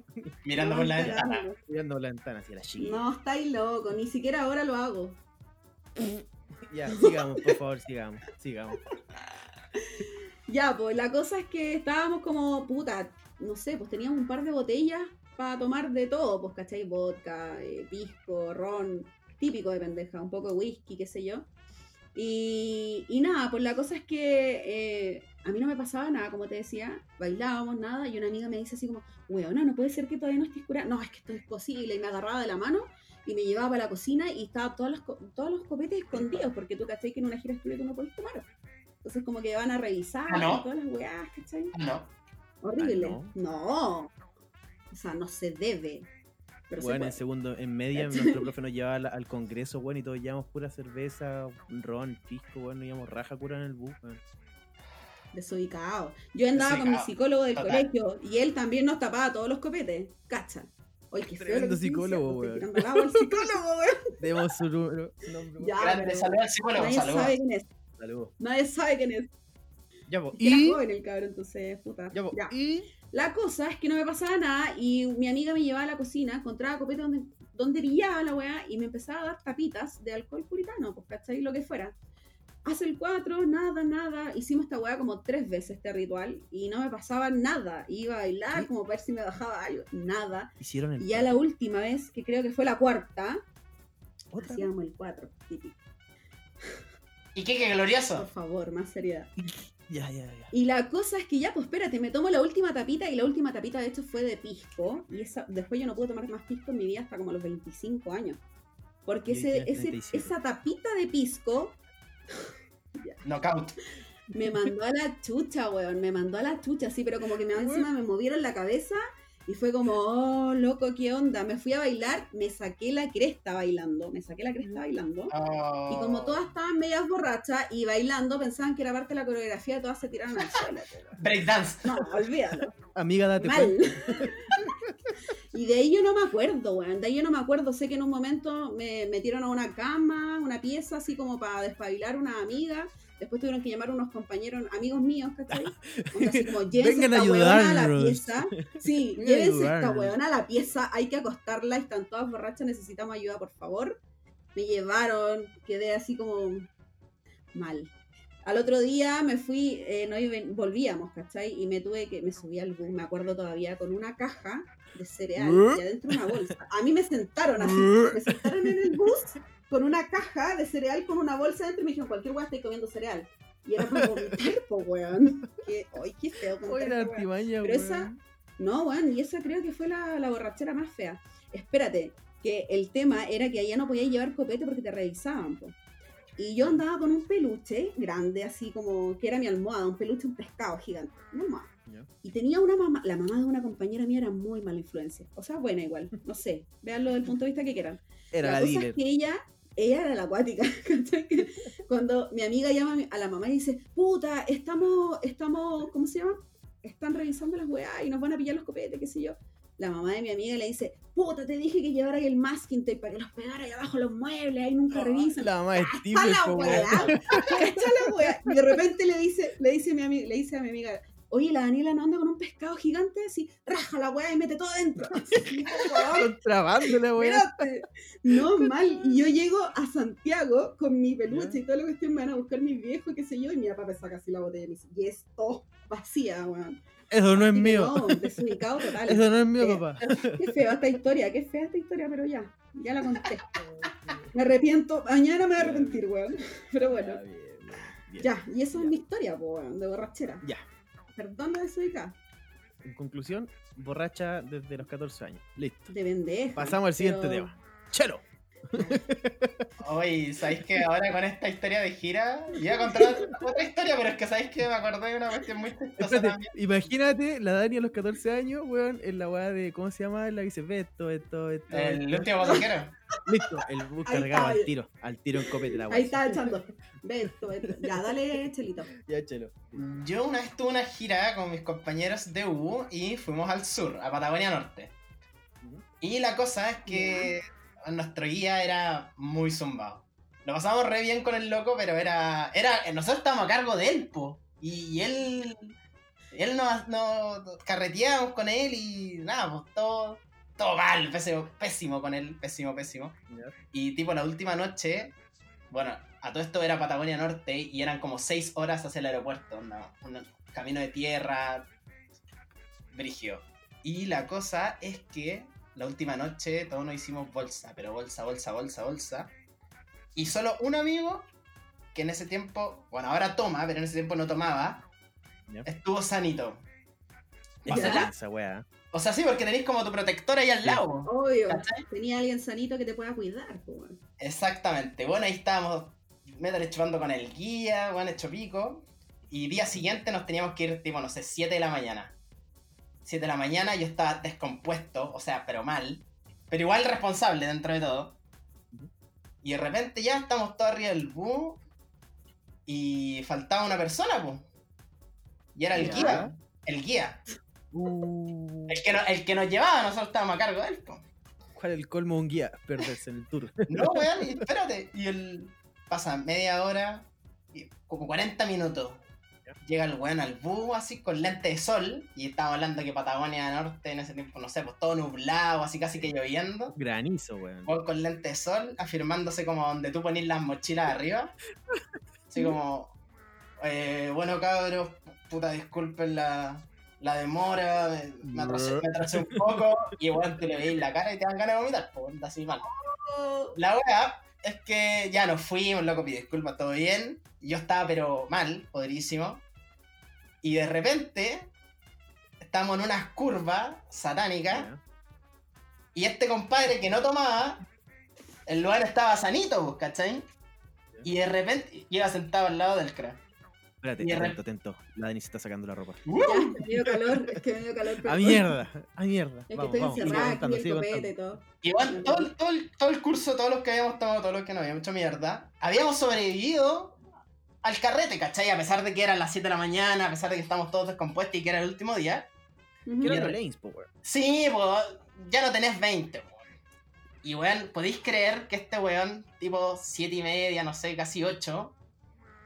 Mirando
No,
por
ni
la ventana.
Ah,
cagando.
Mirando la ventana hacia la chica.
No, estáis loco, ni siquiera ahora lo hago.
Ya, sigamos, por favor, sigamos, sigamos.
Ya, pues la cosa es que estábamos como, puta, no sé, pues teníamos un par de botellas para tomar de todo, pues, ¿cachai? Vodka, eh, pisco, ron, típico de pendeja, un poco de whisky, qué sé yo. Y, y nada, pues la cosa es que eh, a mí no me pasaba nada, como te decía, bailábamos nada, y una amiga me dice así como, weona, no puede ser que todavía no estés curada. No, es que esto es posible, y me agarraba de la mano y me llevaba para la cocina y estaba todas las co- todos los copetes escondidos, porque tú, ¿cachai? Que en una gira estudio tú no podés tomar. Entonces como que van a revisar
Ah, ¿no?
todas las weas, ¿cachai?
No.
Horrible.
Ah,
no. O sea, no se debe. Pero se
Bueno, en
puede.
segundo, en media,
¿Cachai?
nuestro profe nos llevaba al, al congreso, bueno, y todos llevamos pura cerveza, ron, pisco, bueno, llevamos raja cura en el bus, weón.
Desubicado. Yo andaba con mi
Desubicado.
psicólogo del
Total.
colegio y él también nos tapaba todos los copetes. Cacha. Oye, qué feo.
Tremendo
lo que estoy
psicólogo,
diciendo, estoy tirando al agua al psicólogo, weón.
Demos su número- su nombre.
Ya,
Grande,
Ah, pero
saludos al psicólogo,
nadie
saludos.
sabe quién es.
Saludos.
Nadie sabe quién es.
Ya, po,
Es que
y,
Era joven el cabrón, entonces, puta.
ya, po,
Ya.
y
La cosa es que no me pasaba nada y mi amiga me llevaba a la cocina, encontraba copete donde, donde brillaba la weá y me empezaba a dar tapitas de alcohol puritano, pues cachai, lo que fuera. Hace el 4, nada, nada. Hicimos esta weá como tres veces este ritual y no me pasaba nada. Iba a bailar
¿Sí?
como para ver si me bajaba algo, nada.
hicieron el.
Y ya la última vez, que creo que fue la cuarta,
Otra vez.
hacíamos el 4, típico.
Y qué, qué
Ah.
Por
glorioso.
favor, más seriedad.
Ya, ya, ya.
Y la cosa es que ya, pues espérate, me tomo la última tapita y la última tapita de hecho fue de pisco. Y esa, después yo no pude tomar más pisco en mi vida hasta como los 25 años. Porque
Y hoy
ese,
tienes
ese-
37.
esa tapita de pisco
Knockout.
me mandó a la chucha, weón. Me mandó a la chucha, sí, pero como que me,
Weón.
encima me movieron la cabeza y fue como, oh, loco, qué onda. Me fui a bailar, me saqué la cresta bailando. Me saqué la cresta bailando.
Oh.
Y como todas estaban medias borrachas y bailando, pensaban que era parte de la coreografía y todas se tiraron al suelo. po, weón.
Breakdance.
No, olvídalo.
Amiga, date
mal.
cuenta.
y de ahí yo no me acuerdo, weón. De ahí yo no me acuerdo. Sé que en un momento me metieron a una cama, una pieza, así como para despabilar una amiga. Después tuvieron que llamar a unos compañeros, amigos míos, ¿cachai? Onda Así como, llévense
Vengan a
esta weona a la
ayudarnos.
pieza. Sí,
Vengan a
llévense esta
ayudarnos.
weona a la pieza. Hay que acostarla. Están todas borrachas, necesitamos ayuda, por favor. Me llevaron, quedé así como mal. Al otro día me fui, eh, no, y ven- volvíamos, ¿cachai? Y me tuve que, me subí al bus, me acuerdo todavía, con una caja de cereal y adentro una bolsa. A mí me sentaron así, me sentaron en el bus con una caja de cereal con una bolsa adentro y me dijeron, cualquier weá estoy comiendo cereal. Y era como vomitar, po, weón. Que, ay, qué feo
Oye,
contar
la
esta weá.
artimaña,
Pero esa-
weón.
No, weón, y esa creo que fue la, la borrachera más fea. Espérate, que el tema era que allá no podías llevar copete porque te revisaban, po. Y yo andaba con un peluche grande, así como que era mi almohada, un peluche, un pescado gigante, una almohada.
Ya.
Y tenía una mamá, la mamá de una compañera mía era muy mala influencia. O sea, buena igual, no sé, veanlo del punto de vista que quieran
Era la,
cosa
dealer.
es que ella, ella era la acuática. ¿cachai? Que Cuando mi amiga llama a mi- a la mamá y dice, puta, estamos, estamos, ¿cómo se llama? Están revisando las weas y nos van a pillar los copetes, qué sé yo. La mamá de mi amiga le dice, puta, te dije que llevara ahí el masking tape para que los pegara ahí abajo los muebles, ahí nunca revisan.
Ah, La más
¡Cacha
estúpida,
la
weón.
weá! ¡Cacha la weá! Y de repente le dice, le dice a mi amiga, le dice a mi amiga, oye, la Daniela no anda con un pescado gigante, así, raja la weá y mete todo dentro. Así, weón,
Contrabando la weá.
Espérate. No, mal. Y yo llego a Santiago con mi peluche y toda la cuestión. Me van a buscar mis viejos, qué sé yo. Y mi papá me saca así la botella y me dice, y es todo vacía, weón.
Eso no es
Así que
mío.
No, desubicado total.
Eso no es mío,
Eh,
papá.
Qué fea esta historia, qué fea esta historia, pero ya, ya la conté. Me arrepiento. Mañana me voy a arrepentir, weón. Pero bueno.
Ya, bien, bien, bien.
Ya, y eso es mi historia, po, weón, de borrachera.
Ya.
Perdón la desubicada.
En conclusión, borracha desde los 14 años. Listo.
De pendeja.
Pasamos al siguiente
pero-
tema. Chelo.
Oye, ¿sabéis que ahora con esta historia de gira? Iba a contar otra historia, pero es que sabéis que me acordé de una cuestión muy chistosa
Espérate,
también.
imagínate la Dani a los 14 años, weón, en la weá de. ¿Cómo se llama? La dice, ve esto, esto, esto.
El
esto".
último pasajero.
Listo, el bus
Ahí
cargado
está.
al tiro, al tiro en copete la weá.
Ahí está echando. Ve esto, ve esto. Ya, dale, Chelito.
Ya, chelo.
Yo una vez tuve una gira con mis compañeros de U y fuimos al sur, a Patagonia Norte. Y la cosa es que nuestro guía era muy zumbado. Lo pasamos re bien con el loco, pero era. era nosotros estábamos a cargo de él, po. Y, y él. Él nos, nos carreteábamos con él y nada, pues todo. Todo mal, pésimo, pésimo con él, pésimo, pésimo.
Ya.
Y tipo la última noche Bueno, a todo esto era Patagonia Norte y eran como seis horas hacia el aeropuerto, no, un camino de tierra, brigio. Y la cosa es que la última noche todos nos hicimos bolsa, pero bolsa, bolsa, bolsa, bolsa. Y solo un amigo, que en ese tiempo, bueno, ahora toma, pero en ese tiempo no tomaba,
Ya.
estuvo sanito.
Ya.
O sea, la-
Esa weá.
o sea, sí, porque tenéis como tu protectora ahí al
Sí.
lado.
Obvio,
¿Cachai?
tenía alguien sanito que te pueda cuidar, po, weón.
Exactamente. Bueno, ahí estábamos Metal chupando con el guía, bueno, hecho pico. Y día siguiente nos teníamos que ir, tipo, no sé, 7 de la mañana. 7 de la mañana yo estaba descompuesto, o sea, pero mal. Pero igual responsable dentro de todo.
Ujú.
Y de repente ya estamos todos arriba del bus. Y faltaba una persona, pues. Y era el
Ya.
guía. El guía.
Uh,
El que, no- el que nos llevaba, nosotros estábamos a cargo de él, po.
¿Cuál es el colmo de un guía? Perderse en el tour.
No, weón, y espérate. Y él pasa media hora, y como 40 minutos. Llega el weón al bus así con lente de sol. Y estábamos hablando que Patagonia Norte en ese tiempo, no sé, pues todo nublado, así casi que lloviendo.
Granizo, weón.
Weón con lente de sol, afirmándose como donde tú ponís las mochilas arriba. Así como, eh, bueno cabros, puta disculpen la, la demora, me- me atrasé, me atrasé un poco. Y weón, te le veis la cara y te dan ganas de vomitar, pues, así mal.
Oh,
La weá es que ya nos fuimos, loco, pide disculpas, todo bien. Yo estaba pero mal, podrísimo. Y de repente estamos en unas curvas satánicas
Ya.
y este compadre que no tomaba, el lugar estaba sanito, pues, ¿cachai? Y de repente iba sentado al lado del crack.
Espérate,
Y el re-
atento, atento. La Denise está sacando la ropa.
ya, me dio calor, es que me dio calor.
¡A
perdón.
mierda! ¡A mierda!
Es que
vamos,
estoy
vamos. sigue
encerrada
contando,
aquí, el
sigue
copete y
contando.
todo.
Y bueno, todo, el- todo, el, todo el curso, todos los que habíamos tomado, todos los que no habíamos hecho mierda, habíamos sobrevivido al carrete, ¿cachai? A pesar de que eran las 7 de la mañana, a pesar de que estamos todos descompuestos y que era el último día.
Ujú.
¿Qué era
Mierda.
lo Lanes, po, weón?
Sí, po, ya no tenés 20, po. Y weón, ¿podéis creer que este weón, tipo 7 y media, no sé, casi 8,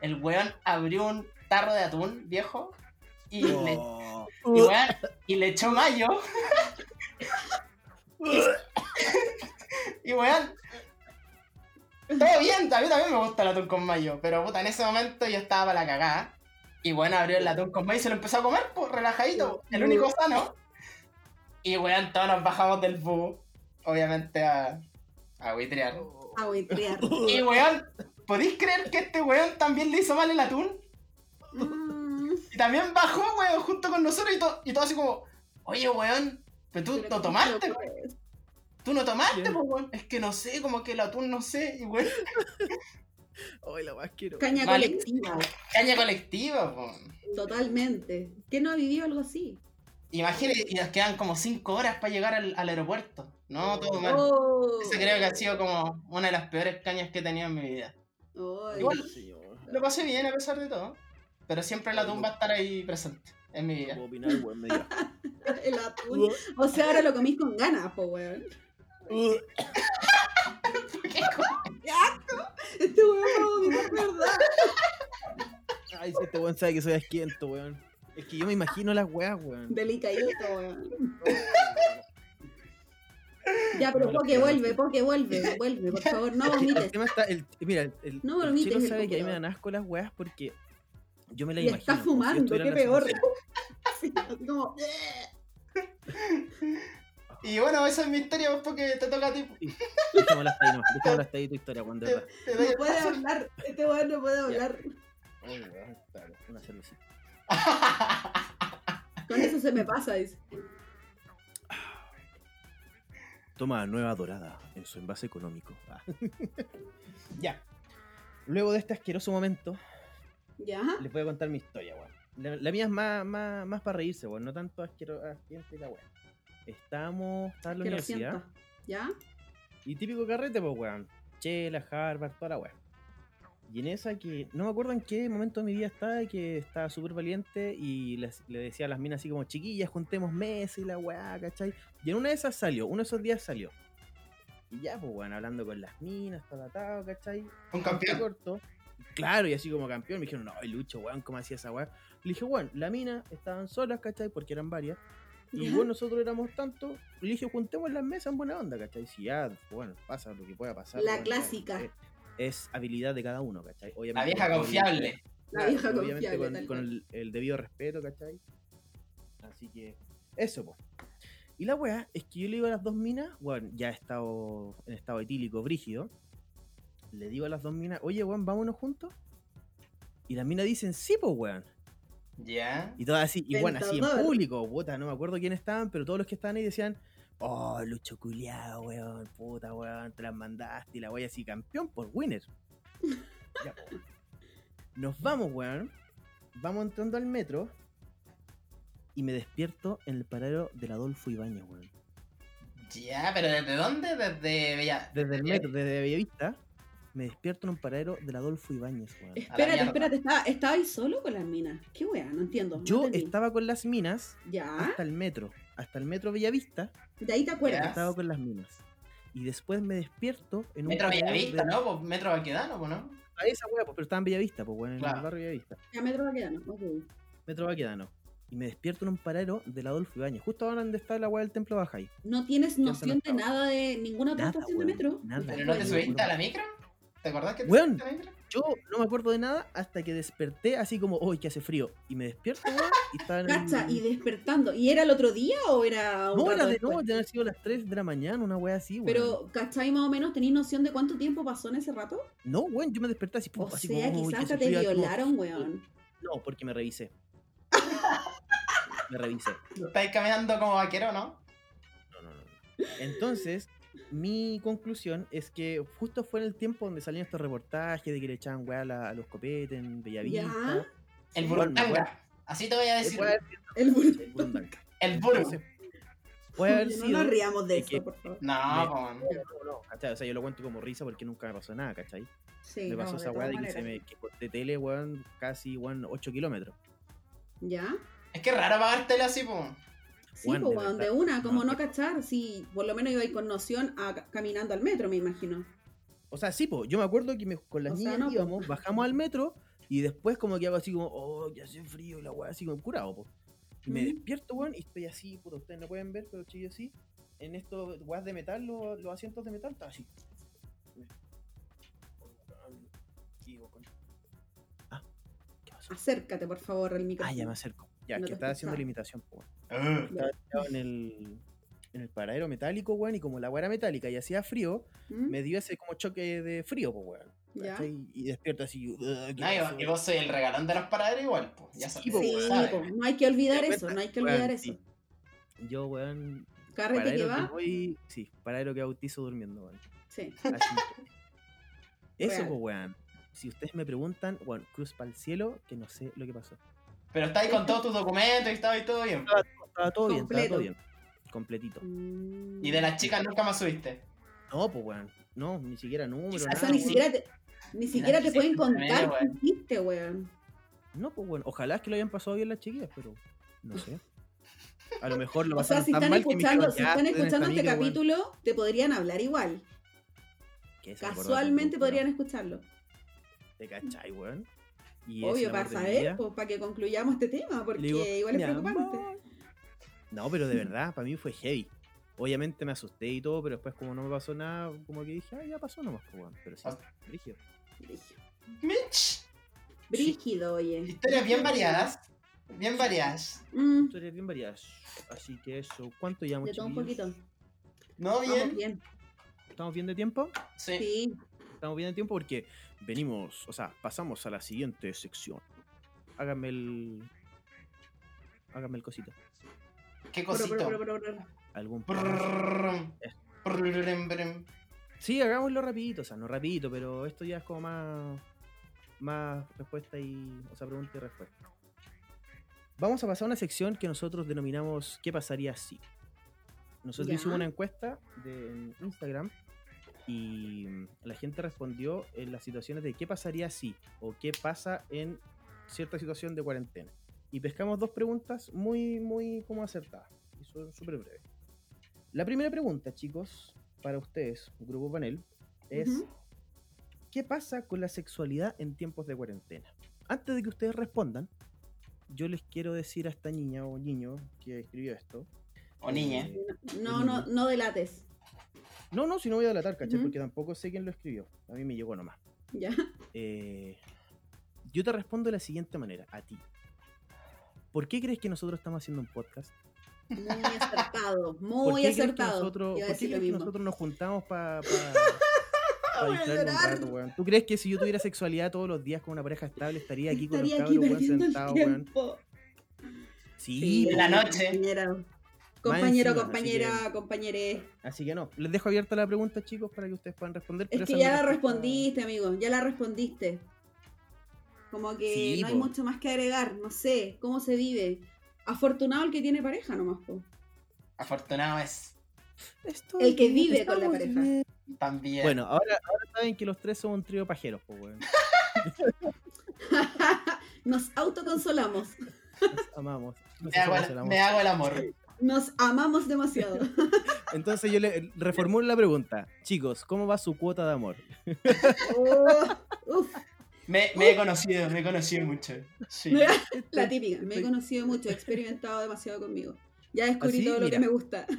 el weón abrió un tarro de atún viejo y, le, y,
Oh.
weón, y le echó mayo? Y weón, todo bien, a mí también me gusta el atún con mayo, pero puta, en ese momento yo estaba para la cagada. Y weón abrió el atún con mayo y se lo empezó a comer, pues relajadito, po, el único sano. Y weón, todos nos bajamos del bus, obviamente a, a buitrear.
A huitrear.
Y weón, ¿podéis creer que este weón también le hizo mal el atún?
Mm,
Y también bajó, weón, junto con nosotros y, to- y todo así como, oye weón, pero tú
pero pues.
no
¿cómo
tomaste,
lo
po.
puedes?
tú no tomaste,
Bien.
pues weón. Es que no sé, como que el atún no sé, y weón.
Ay, la weá asquerosa.
Caña
Vale.
colectiva,
Caña colectiva, po.
totalmente. ¿Quién no ha vivido algo así?
Imagínate, y nos quedan como 5 horas para llegar al, al aeropuerto. No, todo mal.
Oh,
Esa creo que ha sido como una de las peores cañas que he tenido en mi vida.
ay,
Igual.
señor.
Lo pasé bien a pesar de todo, pero siempre la tumba va a estar ahí presente en mi vida.
puedo opinar, weón, me dirá.
el atún. O sea, ahora lo comís con ganas, po, weón.
Uh,
Este weón, no, es verdad.
Ay, si este weón sabe que soy asquiento, weón. Es que yo me imagino las weas, weón. Oh.
Delicadito, weón. Ya, pero Poke vuelve, Poke vuelve, vuelve, por favor, no
El
vomites.
tema está. El, mira, el, el,
No
el
vomites
chelo
el
sabe que a mí me
computador.
dan asco las weas porque yo me las
Y
imagino.
está
como si yo
fumando,
estuviera
qué
en la
peor.
situación.
Sí, así como, "Eh".
Y bueno, esa es mi historia, pues, porque te toca a ti.
Dejémosla hasta ahí, nomás, dejémosla hasta ahí tu historia, weón, de
Te,
verdad.
te doy
no
el
puede
pase.
hablar, este weón no puede hablar.
Ay, weón, claro, una cervecita.
Con eso se me pasa, dice.
Toma nueva dorada en su envase económico. Ah.
ya.
Luego de este asqueroso momento,
¿Ya?
les voy a contar mi historia, weón. La, la mía es más, más, más para reírse, weón. No tanto asqueroso asquiente la weón. Estamos, estaba en la
Que lo
universidad.
siento. ¿Ya?
Y típico carrete, pues, weón. Chela, Harvard, toda la weón. Y en esa que no me acuerdo en qué momento de mi vida estaba, que estaba súper valiente y les- le decía a las minas así como, chiquillas, juntemos meses y la weá, ¿cachai? Y en una de esas salió, uno de esos días salió. Y ya, pues, weón, hablando con las minas, todo atado, ¿cachai?
Un campeón.
corto. Claro, y así como campeón, me dijeron, no, ay, Lucho, weón, ¿cómo hacía esa weá? Le dije, weón, la mina estaban solas, ¿cachai? Porque eran varias. Y
¿Ya?
bueno, nosotros éramos tanto, le dije, juntemos las mesas en buena onda, ¿cachai? Si ya, bueno, pasa lo que pueda pasar.
La
weón, ya,
clásica.
eh, es habilidad de cada uno, ¿cachai?
La vieja
con-
confiable.
La vieja
Claro,
confiable,
obviamente con,
tal
con
cual.
el, el debido respeto, ¿cachai? Así que, eso, pues. Y la weá es que yo le digo a las dos minas, bueno, ya he estado en estado etílico, brígido. Le digo a las dos minas, oye, weón, vámonos juntos. Y las minas dicen, sí, pues, weón.
Ya.
Y todas así, y bueno, así en
Tentador.
público, puta, no me acuerdo quién estaban, pero todos los que estaban ahí decían, oh, Lucho culiao, weón, puta, weón, te las mandaste y la wea así, campeón por winner. Ya, po. Nos vamos, weón. Vamos entrando al metro. Y me despierto en el paradero del Adolfo Ibañez, weón.
Ya, pero ¿desde dónde? Desde Bella.
Desde el
Eh.
metro, desde Bellavista, me despierto en un paradero del Adolfo Ibáñez, weón.
A la
Espérate,
mierda.
espérate, estaba, estaba ahí solo con las minas. Qué weá, no entiendo. no
Yo
entendí.
estaba con las minas
Ya,
hasta el metro, hasta el metro Bellavista.
de ahí te acuerdas.
Ya.
estaba con las minas. Y después me despierto en un.
Metro
paradero
Bellavista,
de-
¿no? Pues Metro Baquedano, pues, ¿no?
A esa hueá, pues, pero estaba en Bellavista, pues, bueno, en
Claro.
el barrio Bellavista.
Ya me va quedando. ok.
Metro Baquedano. Y me despierto en un paradero del Adolfo Ibañez, justo ahora donde está la hueá del Templo Baja ahí.
No tienes
no
noción de
estaba.
nada de ninguna otra
Nada,
estación de
weón,
metro.
nada.
Pero no te
Ay,
subiste
weón.
a la micro. ¿Te acordás que te
Weón.
subiste a la micro?
Yo no me acuerdo de nada hasta que desperté así como, hoy que hace frío. Y me despierto, weón, y estaba en.
Cacha, y despertando. ¿Y era el otro día o era un
No,
rato
era de
después?
nuevo, tener sido las 3 de la mañana, una hueá así, weón.
Pero, ¿cachai más o menos? ¿Tenís noción de cuánto tiempo pasó en ese rato?
No, weón, yo me desperté así,
O
pum, así
sea,
como, "Uy, que
quizás
hace
hasta te
frío", así como-
violaron, weón.
No, porque me revisé. me revisé.
Estáis caminando como vaquero, ¿no?
No, no, no. Entonces, mi conclusión es que justo fue en el tiempo donde salían estos reportajes de que le echaban weá a, la- a los copetes en Bellavista.
Ya.
El
Sí.
Bueno,
burundanga. Así te voy a decir.
Puede haber
El
sido
burro.
burundanga.
El
Entonces,
burro.
puede haber
No
sido.
nos riamos de
es que-
eso, por favor.
No,
Me-
pues.
No, no, ¿cachai? O sea, yo lo cuento como risa porque nunca me pasó nada, ¿cachai?
Sí,
me
no,
pasó
de
esa
todas
weá de que se me
maneras.
que corté tele, weón, casi, weón, 8 kilómetros.
¿Ya?
Es que es raro pagártela así, pues.
Sí,
Weón,
pues,
de
weón, de
verdad.
una, como
No,
no
de-
cachar, si por lo menos iba a ir con noción a ca- caminando al metro, me imagino.
O sea, sí, po, yo me acuerdo que me- con las
O sea,
niñas
no, po.
íbamos, bajamos al metro y después como que hago así como, oh, ya hace frío y la weá así como curado, po. Y me
Mm.
despierto, weón, y estoy así, puta, ustedes no pueden ver, pero chillo así, en estos weas de metal, los, los asientos de metal, está así. Y digo, "Con- Ah, ¿qué pasó?
Acércate, por favor, al micrófono.
Ah, ya me acerco. Ya,
No
es
te
que estaba haciendo
escuchaba.
la imitación, po, weón.
Ugh.
Ya.
Estaba tirado en el, en el paradero metálico, weón, y como la weá era metálica y hacía frío,
¿Mm?
me dio ese como choque de frío, pues, weón.
¿Ya?
¿cachai? Y despierto así. "Ugh, ¿qué
No, yo,
pasó?".
yo soy el regalón de los paraderos igual, pues. Ya
Sí,
sabes.
po,
Sí, pues.
weón.
¿sabes?
po, no hay que olvidar
Te
eso, no hay que olvidar
Weón,
eso.
sí. Yo, weón.
Carrete que
Paradero que
va,
voy. Sí, paradero que bautizo durmiendo, weón.
sí.
Así que- Eso,
Real.
pues, weón. Si ustedes me preguntan, weón, cruz para el cielo, que no sé lo que pasó.
Pero estáis con todos tus documentos y estaba ahí todo bien. po.
Estaba todo bien, estaba
Completo.
todo bien. Completito.
Mm.
Y de las chicas nunca más subiste.
No, pues, weón. No, ni siquiera número.
Quizás
O
Nada,
sea, ni
weón.
siquiera te, ni siquiera te
quise
pueden
poner,
contar qué
weón.
hiciste, weón.
No, pues, weón. Ojalá es que lo hayan pasado bien las chiquillas, pero no sé. A lo mejor lo
O sea,
pasaron
si
tan
están
mal que me dijeron,
escuchando, si
"Ya,
están
ustedes
escuchando este
amigas, weón".
capítulo, te podrían hablar igual.
Que se me acordó de ese
Casualmente
grupo, weón.
podrían escucharlo.
¿Te cachai, weón? Y es el
Obvio, para
amor de mi vida.
saber, pues, para que concluyamos este tema, porque
Le digo,
igual es
"Mi
preocupante.
amor". No, pero de verdad, para mí fue heavy. Obviamente me asusté y todo, pero después como no me pasó nada, como que dije, ah, ya pasó nomás, pues, weón. Pero sí,
Ah.
brígido.
Brígido.
Mitch.
Brígido, oye.
Historias bien variadas. Bien variadas.
Mm,
Historias bien variadas. Así que eso, ¿cuánto llevamos,
de todo un
chiquillos?
poquito.
¿No pues,
Vamos
bien? Eh,
bien.
¿Estamos bien de tiempo?
Sí.
Sí.
Estamos bien de tiempo porque venimos, o sea, pasamos a la siguiente sección. Hágame el... Hágame el cosito.
Qué
Pro, pro,
cosito.
pro, pro, pro.
Algún...
Prrrrrrrm. Prrrrrrm, prrrrm.
Sí, hagámoslo rapidito, o sea, no rapidito, pero esto ya es como más, más respuesta y, o sea, pregunta y respuesta. Vamos a pasar a una sección que nosotros denominamos ¿Qué pasaría si? Nosotros
Ya.
hicimos una encuesta de, en Instagram y mm, la gente respondió en las situaciones de ¿Qué pasaría si? o ¿Qué pasa en cierta situación de cuarentena? Y pescamos dos preguntas muy, muy como acertadas y son súper breves. La primera pregunta, chicos, para ustedes, Grupo Panel, es
Ujú.
¿qué pasa con la sexualidad en tiempos de cuarentena? Antes de que ustedes respondan, yo les quiero decir a esta niña o niño que escribió esto.
O niña.
eh,
No, no, no delates.
No, no, si no voy a delatar, ¿cachai?
Ujú.
Porque tampoco sé quién lo escribió. A mí me llegó nomás.
¿Ya?
Eh, yo te respondo de la siguiente manera, a ti. ¿Por qué crees que nosotros estamos haciendo un podcast?
Muy acertado,
¿Por
muy
qué crees
acertado.
que nosotros,
Iba a
por qué
decir lo
crees que
mismo.
nosotros nos juntamos para
Voy a llorar.
¿Tú crees que si yo tuviera sexualidad todos los días con una pareja estable estaría aquí con
Estaría
los
aquí
cabros, weón,
perdiendo el
sentados, weón?
tiempo.
Sí,
Sí,
en la
bueno,
noche.
Compañero, compañero,
encima, así
compañera, compañere.
así que no. Les dejo abierta la pregunta, chicos, para que ustedes puedan responder.
Es
pero
que
esa es
ya
mi
la
respuesta.
respondiste, amigo, ya la respondiste. Como que
Sí,
no hay
po.
mucho más que agregar, no sé, cómo se vive. Afortunado el que tiene pareja nomás, po.
Afortunado es
Estoy
El que
bien,
vive con la
estamos
pareja.
bien.
también.
Bueno, ahora, ahora saben que los tres son un trío pajeros, pues, weón.
Nos autoconsolamos,
Nos amamos. Nos
me, hago el,
amamos.
me hago el amor.
nos amamos demasiado.
Entonces yo le reformulo la pregunta. Chicos, ¿cómo va su cuota de amor?
Oh, uf.
Me, me he conocido, me he conocido mucho. Sí.
Este,
La típica, me he conocido mucho, he experimentado demasiado conmigo. Ya descubrí
Así,
todo lo
¿Ah, mira.
que me gusta.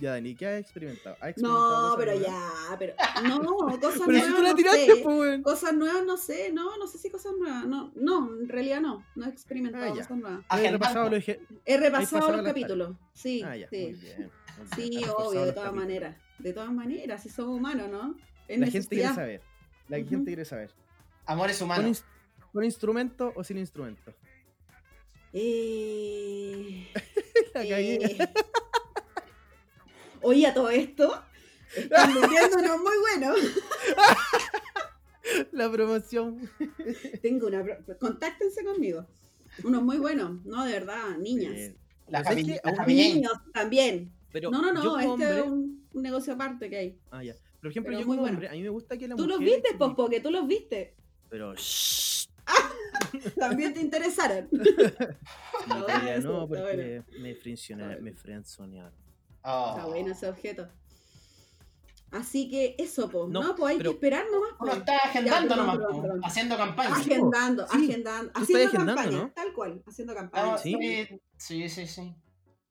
Ya, Dani, ¿qué has experimentado? ¿Has experimentado
No,
cosas
pero
nuevas?
ya, pero. No, cosas
Pero si
nuevas
tú la
no
tiraste,
sé.
pues, weón.
Cosas nuevas no sé, no, no sé si cosas nuevas. No, no en realidad no. No he experimentado
Ah, ya.
cosas nuevas.
Yo he
Agendando.
repasado, lo dije.
He
pasado
repasado los
la tarea.
capítulos. Sí,
Ah, ya. Muy
sí.
bien. muy bien.
Sí,
Has repasado
obvio, de todas
los capítulos.
maneras. De todas maneras, si somos humanos, ¿no? Es
La gente quiere
necesidad.
saber. La
Ujú.
gente quiere saber.
Amores
¿Con,
humanos.
ins- con instrumento o sin instrumento?
Eh,
La cagué.
eh. Oye, a todo esto. Están metiéndonos muy bueno.
La promoción.
Tengo una. pro- Contáctense conmigo. Uno muy bueno, no, de verdad, niñas. Ah,
Bien.
La
Pero ¿sabes
familia.
qué?
la
Aún-
familia.
Niños también.
Pero
No, no,
yo
no,
como
este
hombre-
es un, un negocio aparte que hay.
Ah, ya. Por ejemplo,
Pero
yo
muy
como
bueno.
hombre, a mí me gusta que la
Tú
mujer...
los viste, Popo, que tú los viste.
Pero shh,
También te interesaron.
no,
bueno
ya
eso,
no,
está
porque
bueno.
me frenzonearon.
bueno.
Me frenzonearon.
Oh.
Ah.
Está bueno ese objeto. Así que eso, po.
No,
No, pues hay
pero-
que esperar nomás, po.
Uno está agendando
perdón,
nomás,
perdón,
po,
perdón.
haciendo campaña.
Ah, sí, po.
Agendando,
Sí.
agendando,
estás
haciendo
agendando,
campaña,
¿no?
tal cual, haciendo campaña.
Ah,
¿Sí?
sí, sí, sí, sí.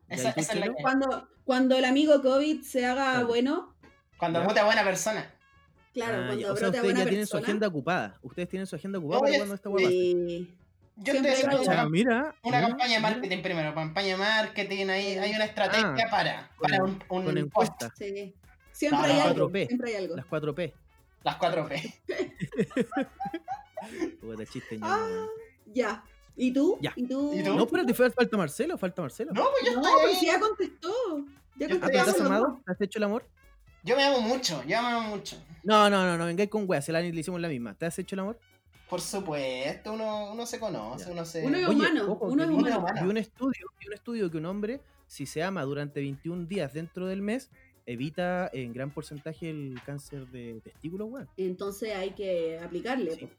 ¿Y
Esa,
ahí tú,
esa es la
Chelo?
que-
Cuando, cuando el amigo COVID se haga
Claro.
bueno,
Cuando
Ya.
vote a buena persona.
claro,
Ah, ya.
cuando
O sea,
brote
ustedes
buena
ya tienen su
persona,
agenda ocupada. Ustedes tienen su agenda ocupada
No,
para
ya-
cuando esta guapa.
sí.
Yo
Siempre
estoy haciendo
hay
una,
una-
camp-
mira.
una
mira,
campaña de
mira,
marketing primero, campaña de marketing, ahí hay una estrategia
Ah,
para,
con-
para un, un
Con
post,
encuestas.
Sí. Siempre
No,
hay
las
algo.
4P.
Siempre hay algo.
Las 4P.
las 4 P.
Puta chiste, ñoño,
Ah.
weón.
Ya. ¿Y tú?
Ya.
¿Y tú?
¿Y tú?
No, espérate, fal- falta Marcelo, falta Marcelo.
No, pues yo
No,
estoy
pero
ahí.
si ya contestó. Ya
Yo
Ah, ¿Te
estoy
contestó.
has
los
amado?
dos.
¿Te has hecho el amor?
Yo me amo mucho, yo me amo mucho.
No, no, no, no vengáis con weas, se la le hicimos la misma. ¿Te has hecho el amor?
Por supuesto, uno, uno se conoce,
Ya.
uno se.
Uno es humano, uno es
que vi-
humano.
humano.
Vi un estudio, vi un estudio que un hombre, si se ama durante 21 días dentro del mes, evita en gran porcentaje el cáncer de testículo, weón.
Entonces hay que aplicarle.
Sí.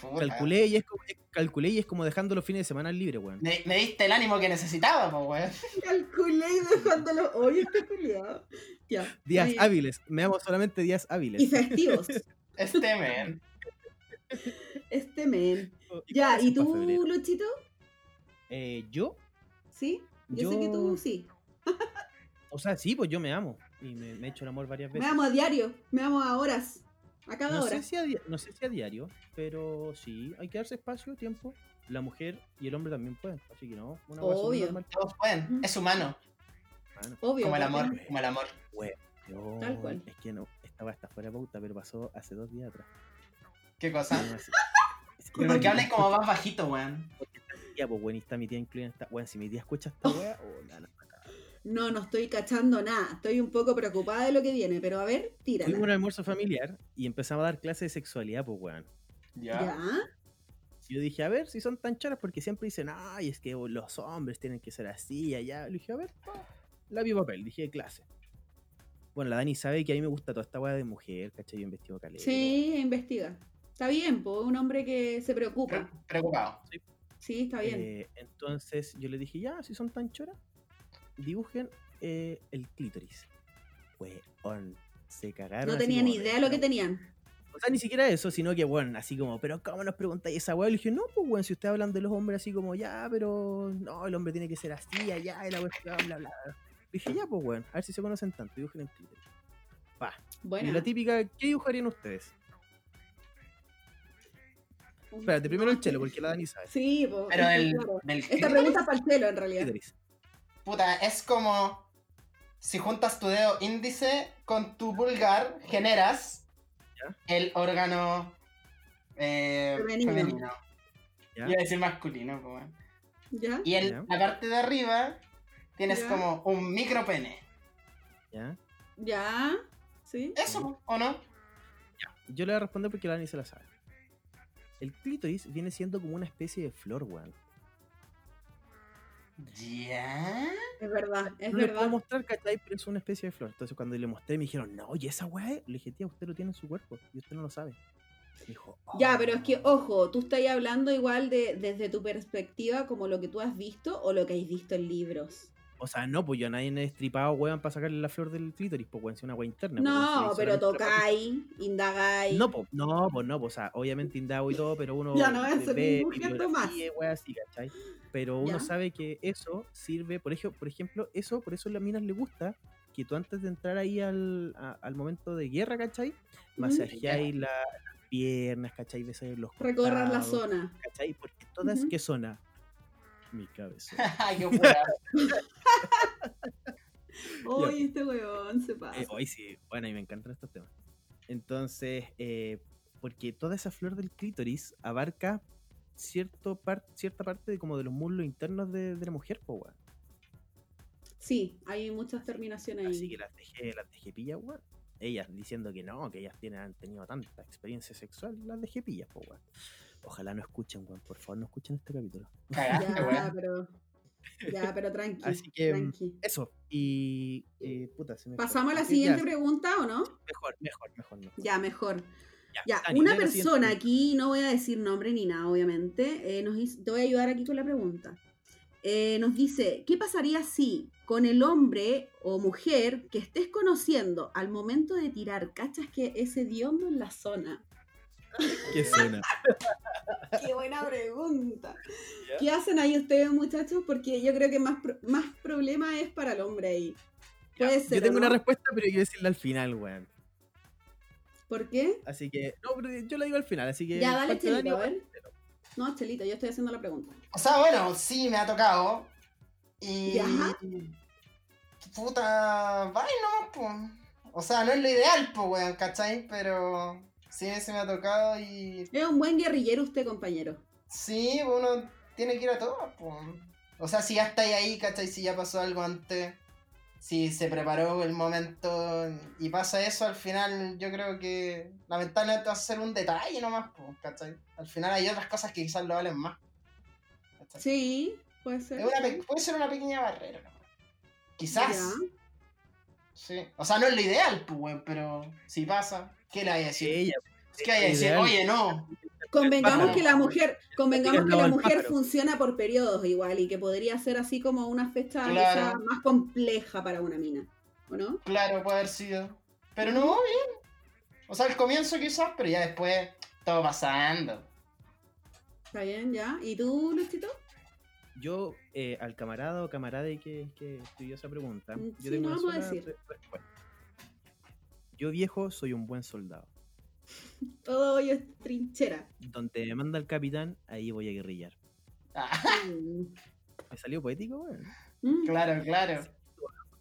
po.
Puta.
Calculé y es como, calculé y es como dejando los fines de semana libres, weón.
Me, me diste el ánimo que necesitaba, pues, weón.
Calculé y dejándolo. Oye, está culiado. Ya.
Días
Oye,
hábiles, me amo solamente días hábiles.
Y festivos.
Este men.
Este men.
¿Y
Ya,
cuáles
¿y
son pa'
tú,
febrero?
Luchito?
Eh, yo,
¿Sí? Yo, sé que tú sí.
o sea, sí, pues yo me amo. Y me, me he hecho el amor varias
Me
veces.
amo a diario. Me amo a horas. A cada
No
hora.
sé, si a dia- no sé si a diario, pero sí, hay que darse espacio, tiempo. La mujer y el hombre también pueden, así que no. Una hueá súper
Obvio.
normal.
Todos pueden,
Ujú.
es humano,
Bueno,
Obvio.
como el
porque-
amor, como el amor.
yo-
Tal cual.
Es que no, estaba hasta fuera de pauta, pero pasó hace dos días atrás.
¿Qué
No,
Ah.
cosa?
así-
¿Pero por qué hablas como más bajito, weón?
Ya, pues, bueno, y está mi tía incluida en esta. Bueno, si mi tía escucha esta wea, oh, la- la-
No, no estoy cachando nada. Estoy un poco preocupada de lo que viene, pero a ver, tírala.
Tuvimos un almuerzo familiar y empezamos a dar clases de sexualidad, pues, weón.
Ya.
Yo dije, a ver, si son tan charas, porque siempre dicen, ay, es que los hombres tienen que ser así y allá. Le dije, a ver, pa, la vi papel, dije, clase. Bueno, la Dani sabe que a mí me gusta toda esta weá de mujer, ¿cachai? Yo investigo caleta.
Sí, investiga. Está bien, po, un hombre que se
Pre-
preocupa.
Preocupado.
Sí, está bien.
Eh, entonces yo le dije, ya, si son tan choras, dibujen eh, el clítoris. Weón, se cagaron.
no
así
tenían
como
ni idea de lo que
pero-
tenían.
O sea, ni siquiera eso, sino que, bueno, así como, pero ¿cómo nos preguntáis esa weá? Le dije, no, pues, weón, si ustedes hablan de los hombres así como, ya, pero no, el hombre tiene que ser así, allá, y la weá, bla, bla, bla. Le dije, ya, pues, weón, a ver si se conocen tanto, dibujen el clítoris. Pa.
Bueno,
Y la típica, ¿qué dibujarían ustedes? Espérate, primero el chelo, porque la Dani sabe.
Sí, po,
Pero
sí,
del,
claro.
del
Esta pregunta es para el chelo, en realidad.
Clítoris.
Puta, es como si juntas tu dedo índice con tu pulgar, generas el órgano eh,
Femenino.
femenino.
Ya.
Iba a decir masculino, pues, bueno.
¿Ya?
Y en
Ya.
la parte de arriba tienes
Ya.
como un micro pene.
¿Ya?
¿Ya? ¿Sí?
¿Eso po, o no?
Yo le voy a responder porque la Dani se la sabe. El clítoris viene siendo como una especie de flor, weón.
Ya.
Es verdad, es
no le puedo
verdad.
mostrar, ¿cachai? Pero es una especie de flor. Entonces cuando le mostré me dijeron, no, oye, esa weá, es-". le dije, tía, usted lo tiene en su cuerpo y usted no lo sabe. Me dijo, "Oh".
Ya, pero es que, ojo, tú estás hablando igual de, desde tu perspectiva como lo que tú has visto o lo que has visto en libros.
O sea, no, pues yo a nadie he destripado, weón, para sacarle la flor del clítoris, pues weón, si una weá interna. pues, weón, si
No,
solamente
pero
la parte-
tocáis, indagáis.
No, pues, no, pues, no, pues, o sea, obviamente indago y todo, pero uno
Ya, no voy a hacer
ve
ningún gesto más.
bibliografía, weá, así, ¿cachai? Pero uno
Ya.
sabe que eso sirve, por ejemplo, por ejemplo, eso, por eso a las minas le gusta que tú antes de entrar ahí al, a- al momento de guerra, ¿cachai? Masajeáis la- las piernas, ¿cachai? Besáis los
Recorras la
costados,
zona.
¿Cachai? Porque todas,
Ujú.
¿qué zona? Mi cabeza.
Ay, qué pura.
Uy, este huevón se pasa.
Eh, hoy sí, bueno, y me encantan estos temas. Entonces, eh, porque toda esa flor del clítoris abarca cierto par- cierta parte de como de los muslos internos de, de la mujer, po, weón.
Sí, hay muchas terminaciones
Así que
ahí.
las dejé, las dejé pillas, weón. Ellas diciendo que no, que ellas tienen, han tenido tanta experiencia sexual, las dejé pillas, po, weón. Ojalá no escuchen, weón, por favor, no escuchen este capítulo.
Cagaste,
Ya,
weón.
pero. Ya, pero tranqui.
Así que,
tranqui.
Eso, y. eh, puta, se me fue.
¿Pasamos a la
Ya,
siguiente pregunta o no?
Mejor, mejor, mejor, mejor.
Ya, mejor.
Ya,
Ya,
Dani,
una
lee la siguiente
persona
pregunta.
aquí, no voy a decir nombre ni nada, obviamente, eh, nos hizo- te voy a ayudar aquí con la pregunta. Eh, nos dice, ¿qué pasaría si con el hombre o mujer que estés conociendo al momento de tirar, cachas que ese diondo en la zona?
¿Qué zona?
Qué buena pregunta.
Ya.
¿Qué hacen ahí ustedes, muchachos? Porque yo creo que más, pro- más problema es para el hombre ahí. Puede ser.
Yo
¿o
tengo una
no?
respuesta, pero quiero decirla al final, weón.
¿Por qué?
Así que, no, pero yo la digo al final, así que.
Ya, dale,
parte de
Chelito,
Dani,
a ver. No, Chelito, yo estoy haciendo la pregunta.
O sea, bueno, sí, me ha tocado. Y.
Ya.
Puta. Vaya, no, O sea, no es lo ideal, pues, weón, ¿cachai? Pero. Sí, se me ha tocado y.
Es un buen guerrillero usted, compañero.
Sí, uno tiene que ir a todo, pues. O sea, si ya estáis ahí, ¿cachai? Si ya pasó algo antes. Si se preparó el momento y pasa eso, al final yo creo que lamentablemente va a ser un detalle nomás, pues, ¿cachai? Al final hay otras cosas que quizás lo valen más. ¿cachai?
Sí, puede ser.
Es una pe- puede ser una pequeña barrera. ¿no? Quizás.
Ya.
Sí. O sea, no es lo ideal, pues, weón, pero si pasa, ¿qué le hay a decir?
que ella.
¿Qué hay a decir?
Ideal.
Oye, no.
Convengamos
Pájaro.
que la mujer, convengamos
Digas
que
no
la
al
mujer
pájaro.
funciona por periodos igual y que podría ser así como una fecha
Claro.
quizá más compleja para una mina, ¿o no?
Claro, puede haber sido. Pero no, bien. O sea, al comienzo quizás, pero ya después todo pasando.
Está bien, ya. ¿Y tú, Luchito?
Yo, eh, al camarada o camarada que, que estudió esa pregunta,
Mm,
yo
sí,
tengo
no
una
lo puedo
sola
decir.
re- respuesta. Yo, viejo, soy un buen soldado.
Todo hoy es trinchera.
Donde me manda el capitán, ahí voy a guerrillar.
Ah,
Mm.
¿Me salió poético, weón?
Mm.
claro, claro.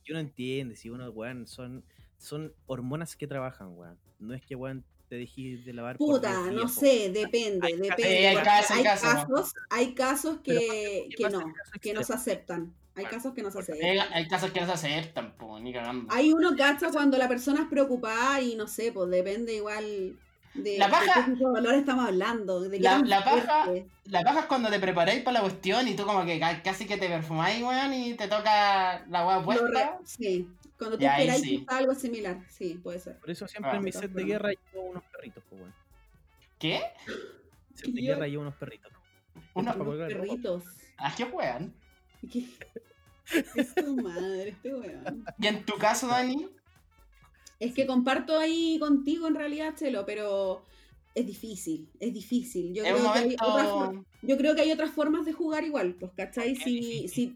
Yo no entiendo si uno, weón, son, son hormonas que trabajan, weón. No es que, weón, te dejes de lavar. por diez
Puta, no
días, po.
sé, depende,
Hay casos-
depende.
Sí, hay
porque
casos, hay
hay
casos.
casos, hay casos
Pero
que,
¿qué
que
pasa Ah, en
no,
casos
que no se
extremos?
aceptan. Hay
Claro,
casos que no se aceptan.
Hay, hay casos que no se hacer tampoco, ni cagando.
Hay uno cacha cuando la persona es preocupada y no sé, pues depende igual de,
La paja-
de qué tipo de valor estamos hablando. De qué
La-
tan
la paja-
fuerte.
La paja es cuando te preparáis para la cuestión y tú como que ca- casi que te perfumáis, weón, y te toca la weá
Lo re-
puesta.
Sí, cuando tú
Ya, ahí
esperáis
sí.
quizá algo similar, sí, puede ser.
Por eso siempre
Ah.
en
De
mi
todas
set de
formas.
guerra llevo unos perritos, pues, weón.
¿Qué?
Set de
Yo-
guerra llevo unos perritos.
Unos
Para
Unos
colgar el ropa.
perritos.
¿A Ah, qué weón?
¿Qué? Es tu madre, este weón.
Y en tu caso, Dani,
Es que comparto ahí contigo en realidad, Chelo, pero es difícil, es difícil. Yo
es un
creo que hay otras for-
momento.
Yo creo que hay otras formas de jugar igual, pues, ¿cachai?
Es
Si,
difícil.
si,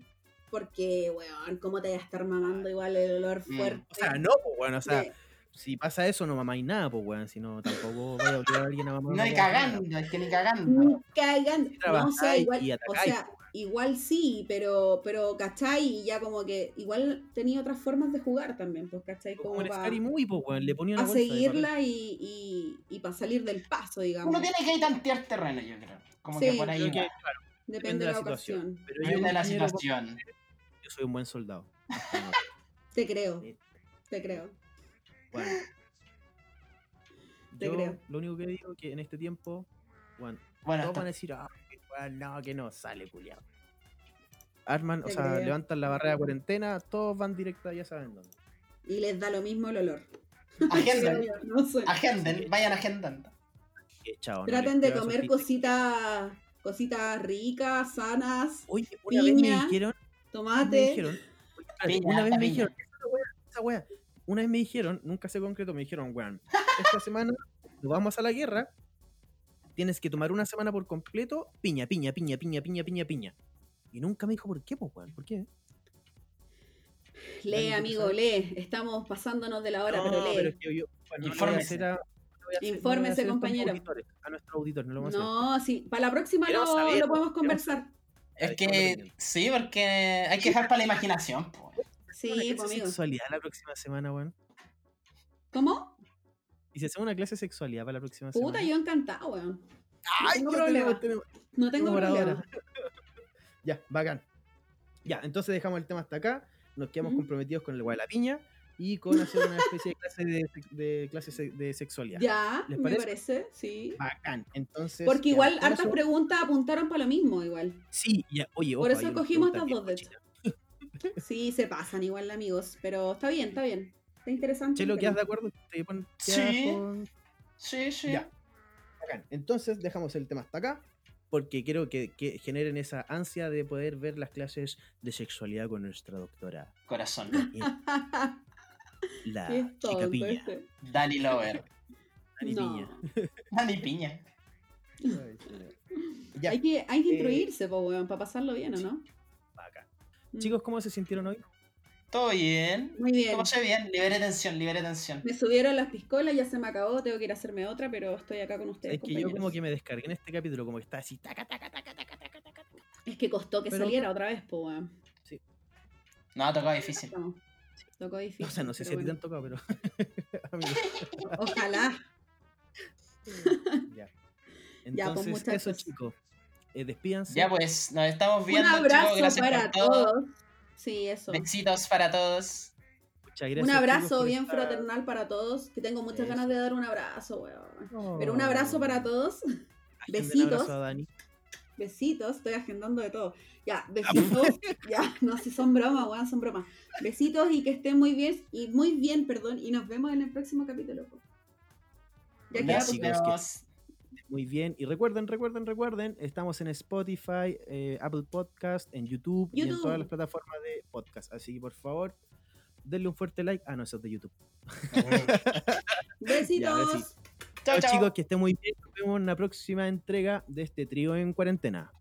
porque, weón, ¿cómo te vas a estar mamando igual el olor
Mm.
fuerte?
O sea, no, pues, weón, o sea,
de-
si pasa eso, no mamáis nada, pues, weón. Si no, tampoco vaya a obligar a alguien a mamar.
No hay
weón,
cagando, es que ni cagando.
Ni cagando. No, o
trabajáis
sea, igual,
y
o
atacáis, pues,
sea, igual sí, pero, pero, ¿cachai? Y ya como que igual tenía otras formas de jugar también, pues, ¿cachai?
Como
Como
el
para
Scary Movie, pues, weón. Le ponía una
a
bolsa de papel.
seguirla y, y, y para salir del paso, digamos.
Uno tiene que tantear terreno, yo creo. Como
Sí.
que por ahí
Creo que,
va.
claro,
Depende de la ocasión.
Pero yo,
Depende de la
compañero,
situación.
yo soy un buen soldado.
Te creo, te creo.
Bueno.
Te
yo
creo.
lo único que digo es que en este tiempo, bueno,
Bueno,
todos van a
esto-
decir, ah, que weón, no, que no, sale, culiado. Arman, o
Te
sea,
creo.
levantan la barrera de cuarentena, todos van directa, ya saben dónde.
Y les da lo mismo el olor.
agenden,
No sé.
agenden, vayan agendando.
Que chao, no les
Traten de
creo esos
comer
pinches-
cositas cositas ricas, sanas,
Oye, una vez me
piña,
dijeron, una vez me
tomate.
dijeron, oye,
Piña,
una vez
harta
me
piña.
dijeron, esa wea, esa wea. Una vez me dijeron, nunca sé concreto, me dijeron, weón, esta semana nos vamos a la guerra, tienes que tomar una semana por completo, piña, piña, piña, piña, piña, piña, piña. Y nunca me dijo por qué, pues, weón, ¿por qué?
Lee,
Dani, ¿tú
amigo, lee. Estamos pasándonos de la hora, pero
No,
lee.
pero es que yo- bueno, no le voy a
Infórmese.
hacer a- no le voy a hacer- no le voy a
Infórmese,
hacer esto a mis
compañero.
auditores, A nuestro auditor, no lo vamos a hacer.
No, sí, para la próxima
Quiero
lo,
saber,
lo podemos
quiero
conversar.
Es
Ahí estamos
que
aprendiendo.
sí, porque hay que dejar para la imaginación. po.
Una
Sí,
clase
pues,
de
amigo.
sexualidad la próxima semana, weón.
¿Cómo?
Y si hacemos una clase de sexualidad para la próxima
Puta,
semana.
yo encantada, weón. No
Ay, este
tengo
ya tenemos-
problema.
tenemos-
No tengo
por
problema.
ahora. Ya, bacán. Ya, entonces dejamos el tema hasta acá. Nos quedamos
Ujú.
comprometidos con el agua de la piña y con hacer una especie de clase de, de clase se- de sexualidad.
Ya,
¿Les
me
parece?
parece, sí.
Bacán. Entonces.
Porque igual
quedamos con
hartas
eso.
preguntas apuntaron para lo mismo, igual.
Sí, ya, oye,
Por
ojo,
eso
hay unas
cogimos
preguntas
estas
bien
dos, de hecho.
cochinas.
Sí, se pasan igual, amigos. Pero está bien, está bien. Está interesante. el
Chelo,
tema.
¿quedas de acuerdo? ¿Te pon-
Sí.
quedas con-
Sí, sí.
Ya. Bacán. Entonces dejamos el tema hasta acá porque quiero que, que generen esa ansia de poder ver las clases de sexualidad con nuestra doctora,
Corazón.
la
Qué
Ah, chica
tonto
piña.
este.
Dani Lover.
Dani
No.
Piña.
Dani Piña.
Ay, señor. ya,
Hay que, hay que
Eh,
instruirse, po, weón, para pasarlo bien, ¿o no?
bacán.
Mm.
Chicos, ¿cómo se sintieron hoy?
Todo bien.
Muy bien.
Todo se bien. Libere tensión, libere tensión.
Me subieron las piscolas, ya se me acabó, tengo que ir a hacerme otra, pero estoy acá con ustedes.
Es que yo
compañeros.
como que me descargué en este capítulo, como que está así, taca, taca, taca, taca, taca, taca, taca.
Es que costó que
Pero-
saliera otra vez, po, weón.
No, tocó difícil.
No, Tocó difícil.
O sea, no sé si
pero
a ti te han
bueno.
tocado, pero... Amigo.
Ojalá.
ya.
Ya, pues,
Entonces, eso,
muchachos.
chicos. Eh, despídanse.
Ya pues, nos estamos
Un
viendo,
abrazo
chicos. Gracias
para
por todo.
todos. Sí, eso.
Besitos para todos.
Muchas
Un
gracias, chicos,
abrazo
por
bien
esta-
fraternal para todos, que tengo muchas
Eso.
ganas de dar un abrazo, weón. Pero un
Oh.
abrazo para todos.
Agéndale un
Besitos.
abrazo a Dani.
Besitos, estoy agendando de todo. Ya, besitos. ya, no sé, son bromas, weón, son bromas. Besitos y que estén muy bien, y muy bien, perdón, y nos vemos en el próximo capítulo. po. Ya
Ya,
queda,
Nos
pues,
chicos, que-
vemos.
Muy bien. Y recuerden, recuerden, recuerden, estamos en Spotify, eh, Apple Podcast, en YouTube, y en
YouTube.
todas las plataformas de podcast. Así que por favor, denle un fuerte like. Ah, no, eso es de YouTube.
Besitos.
besitos.
Chao,
Chao,
chao.
chicos, que estén muy bien. Nos vemos en la próxima entrega de este trío en cuarentena.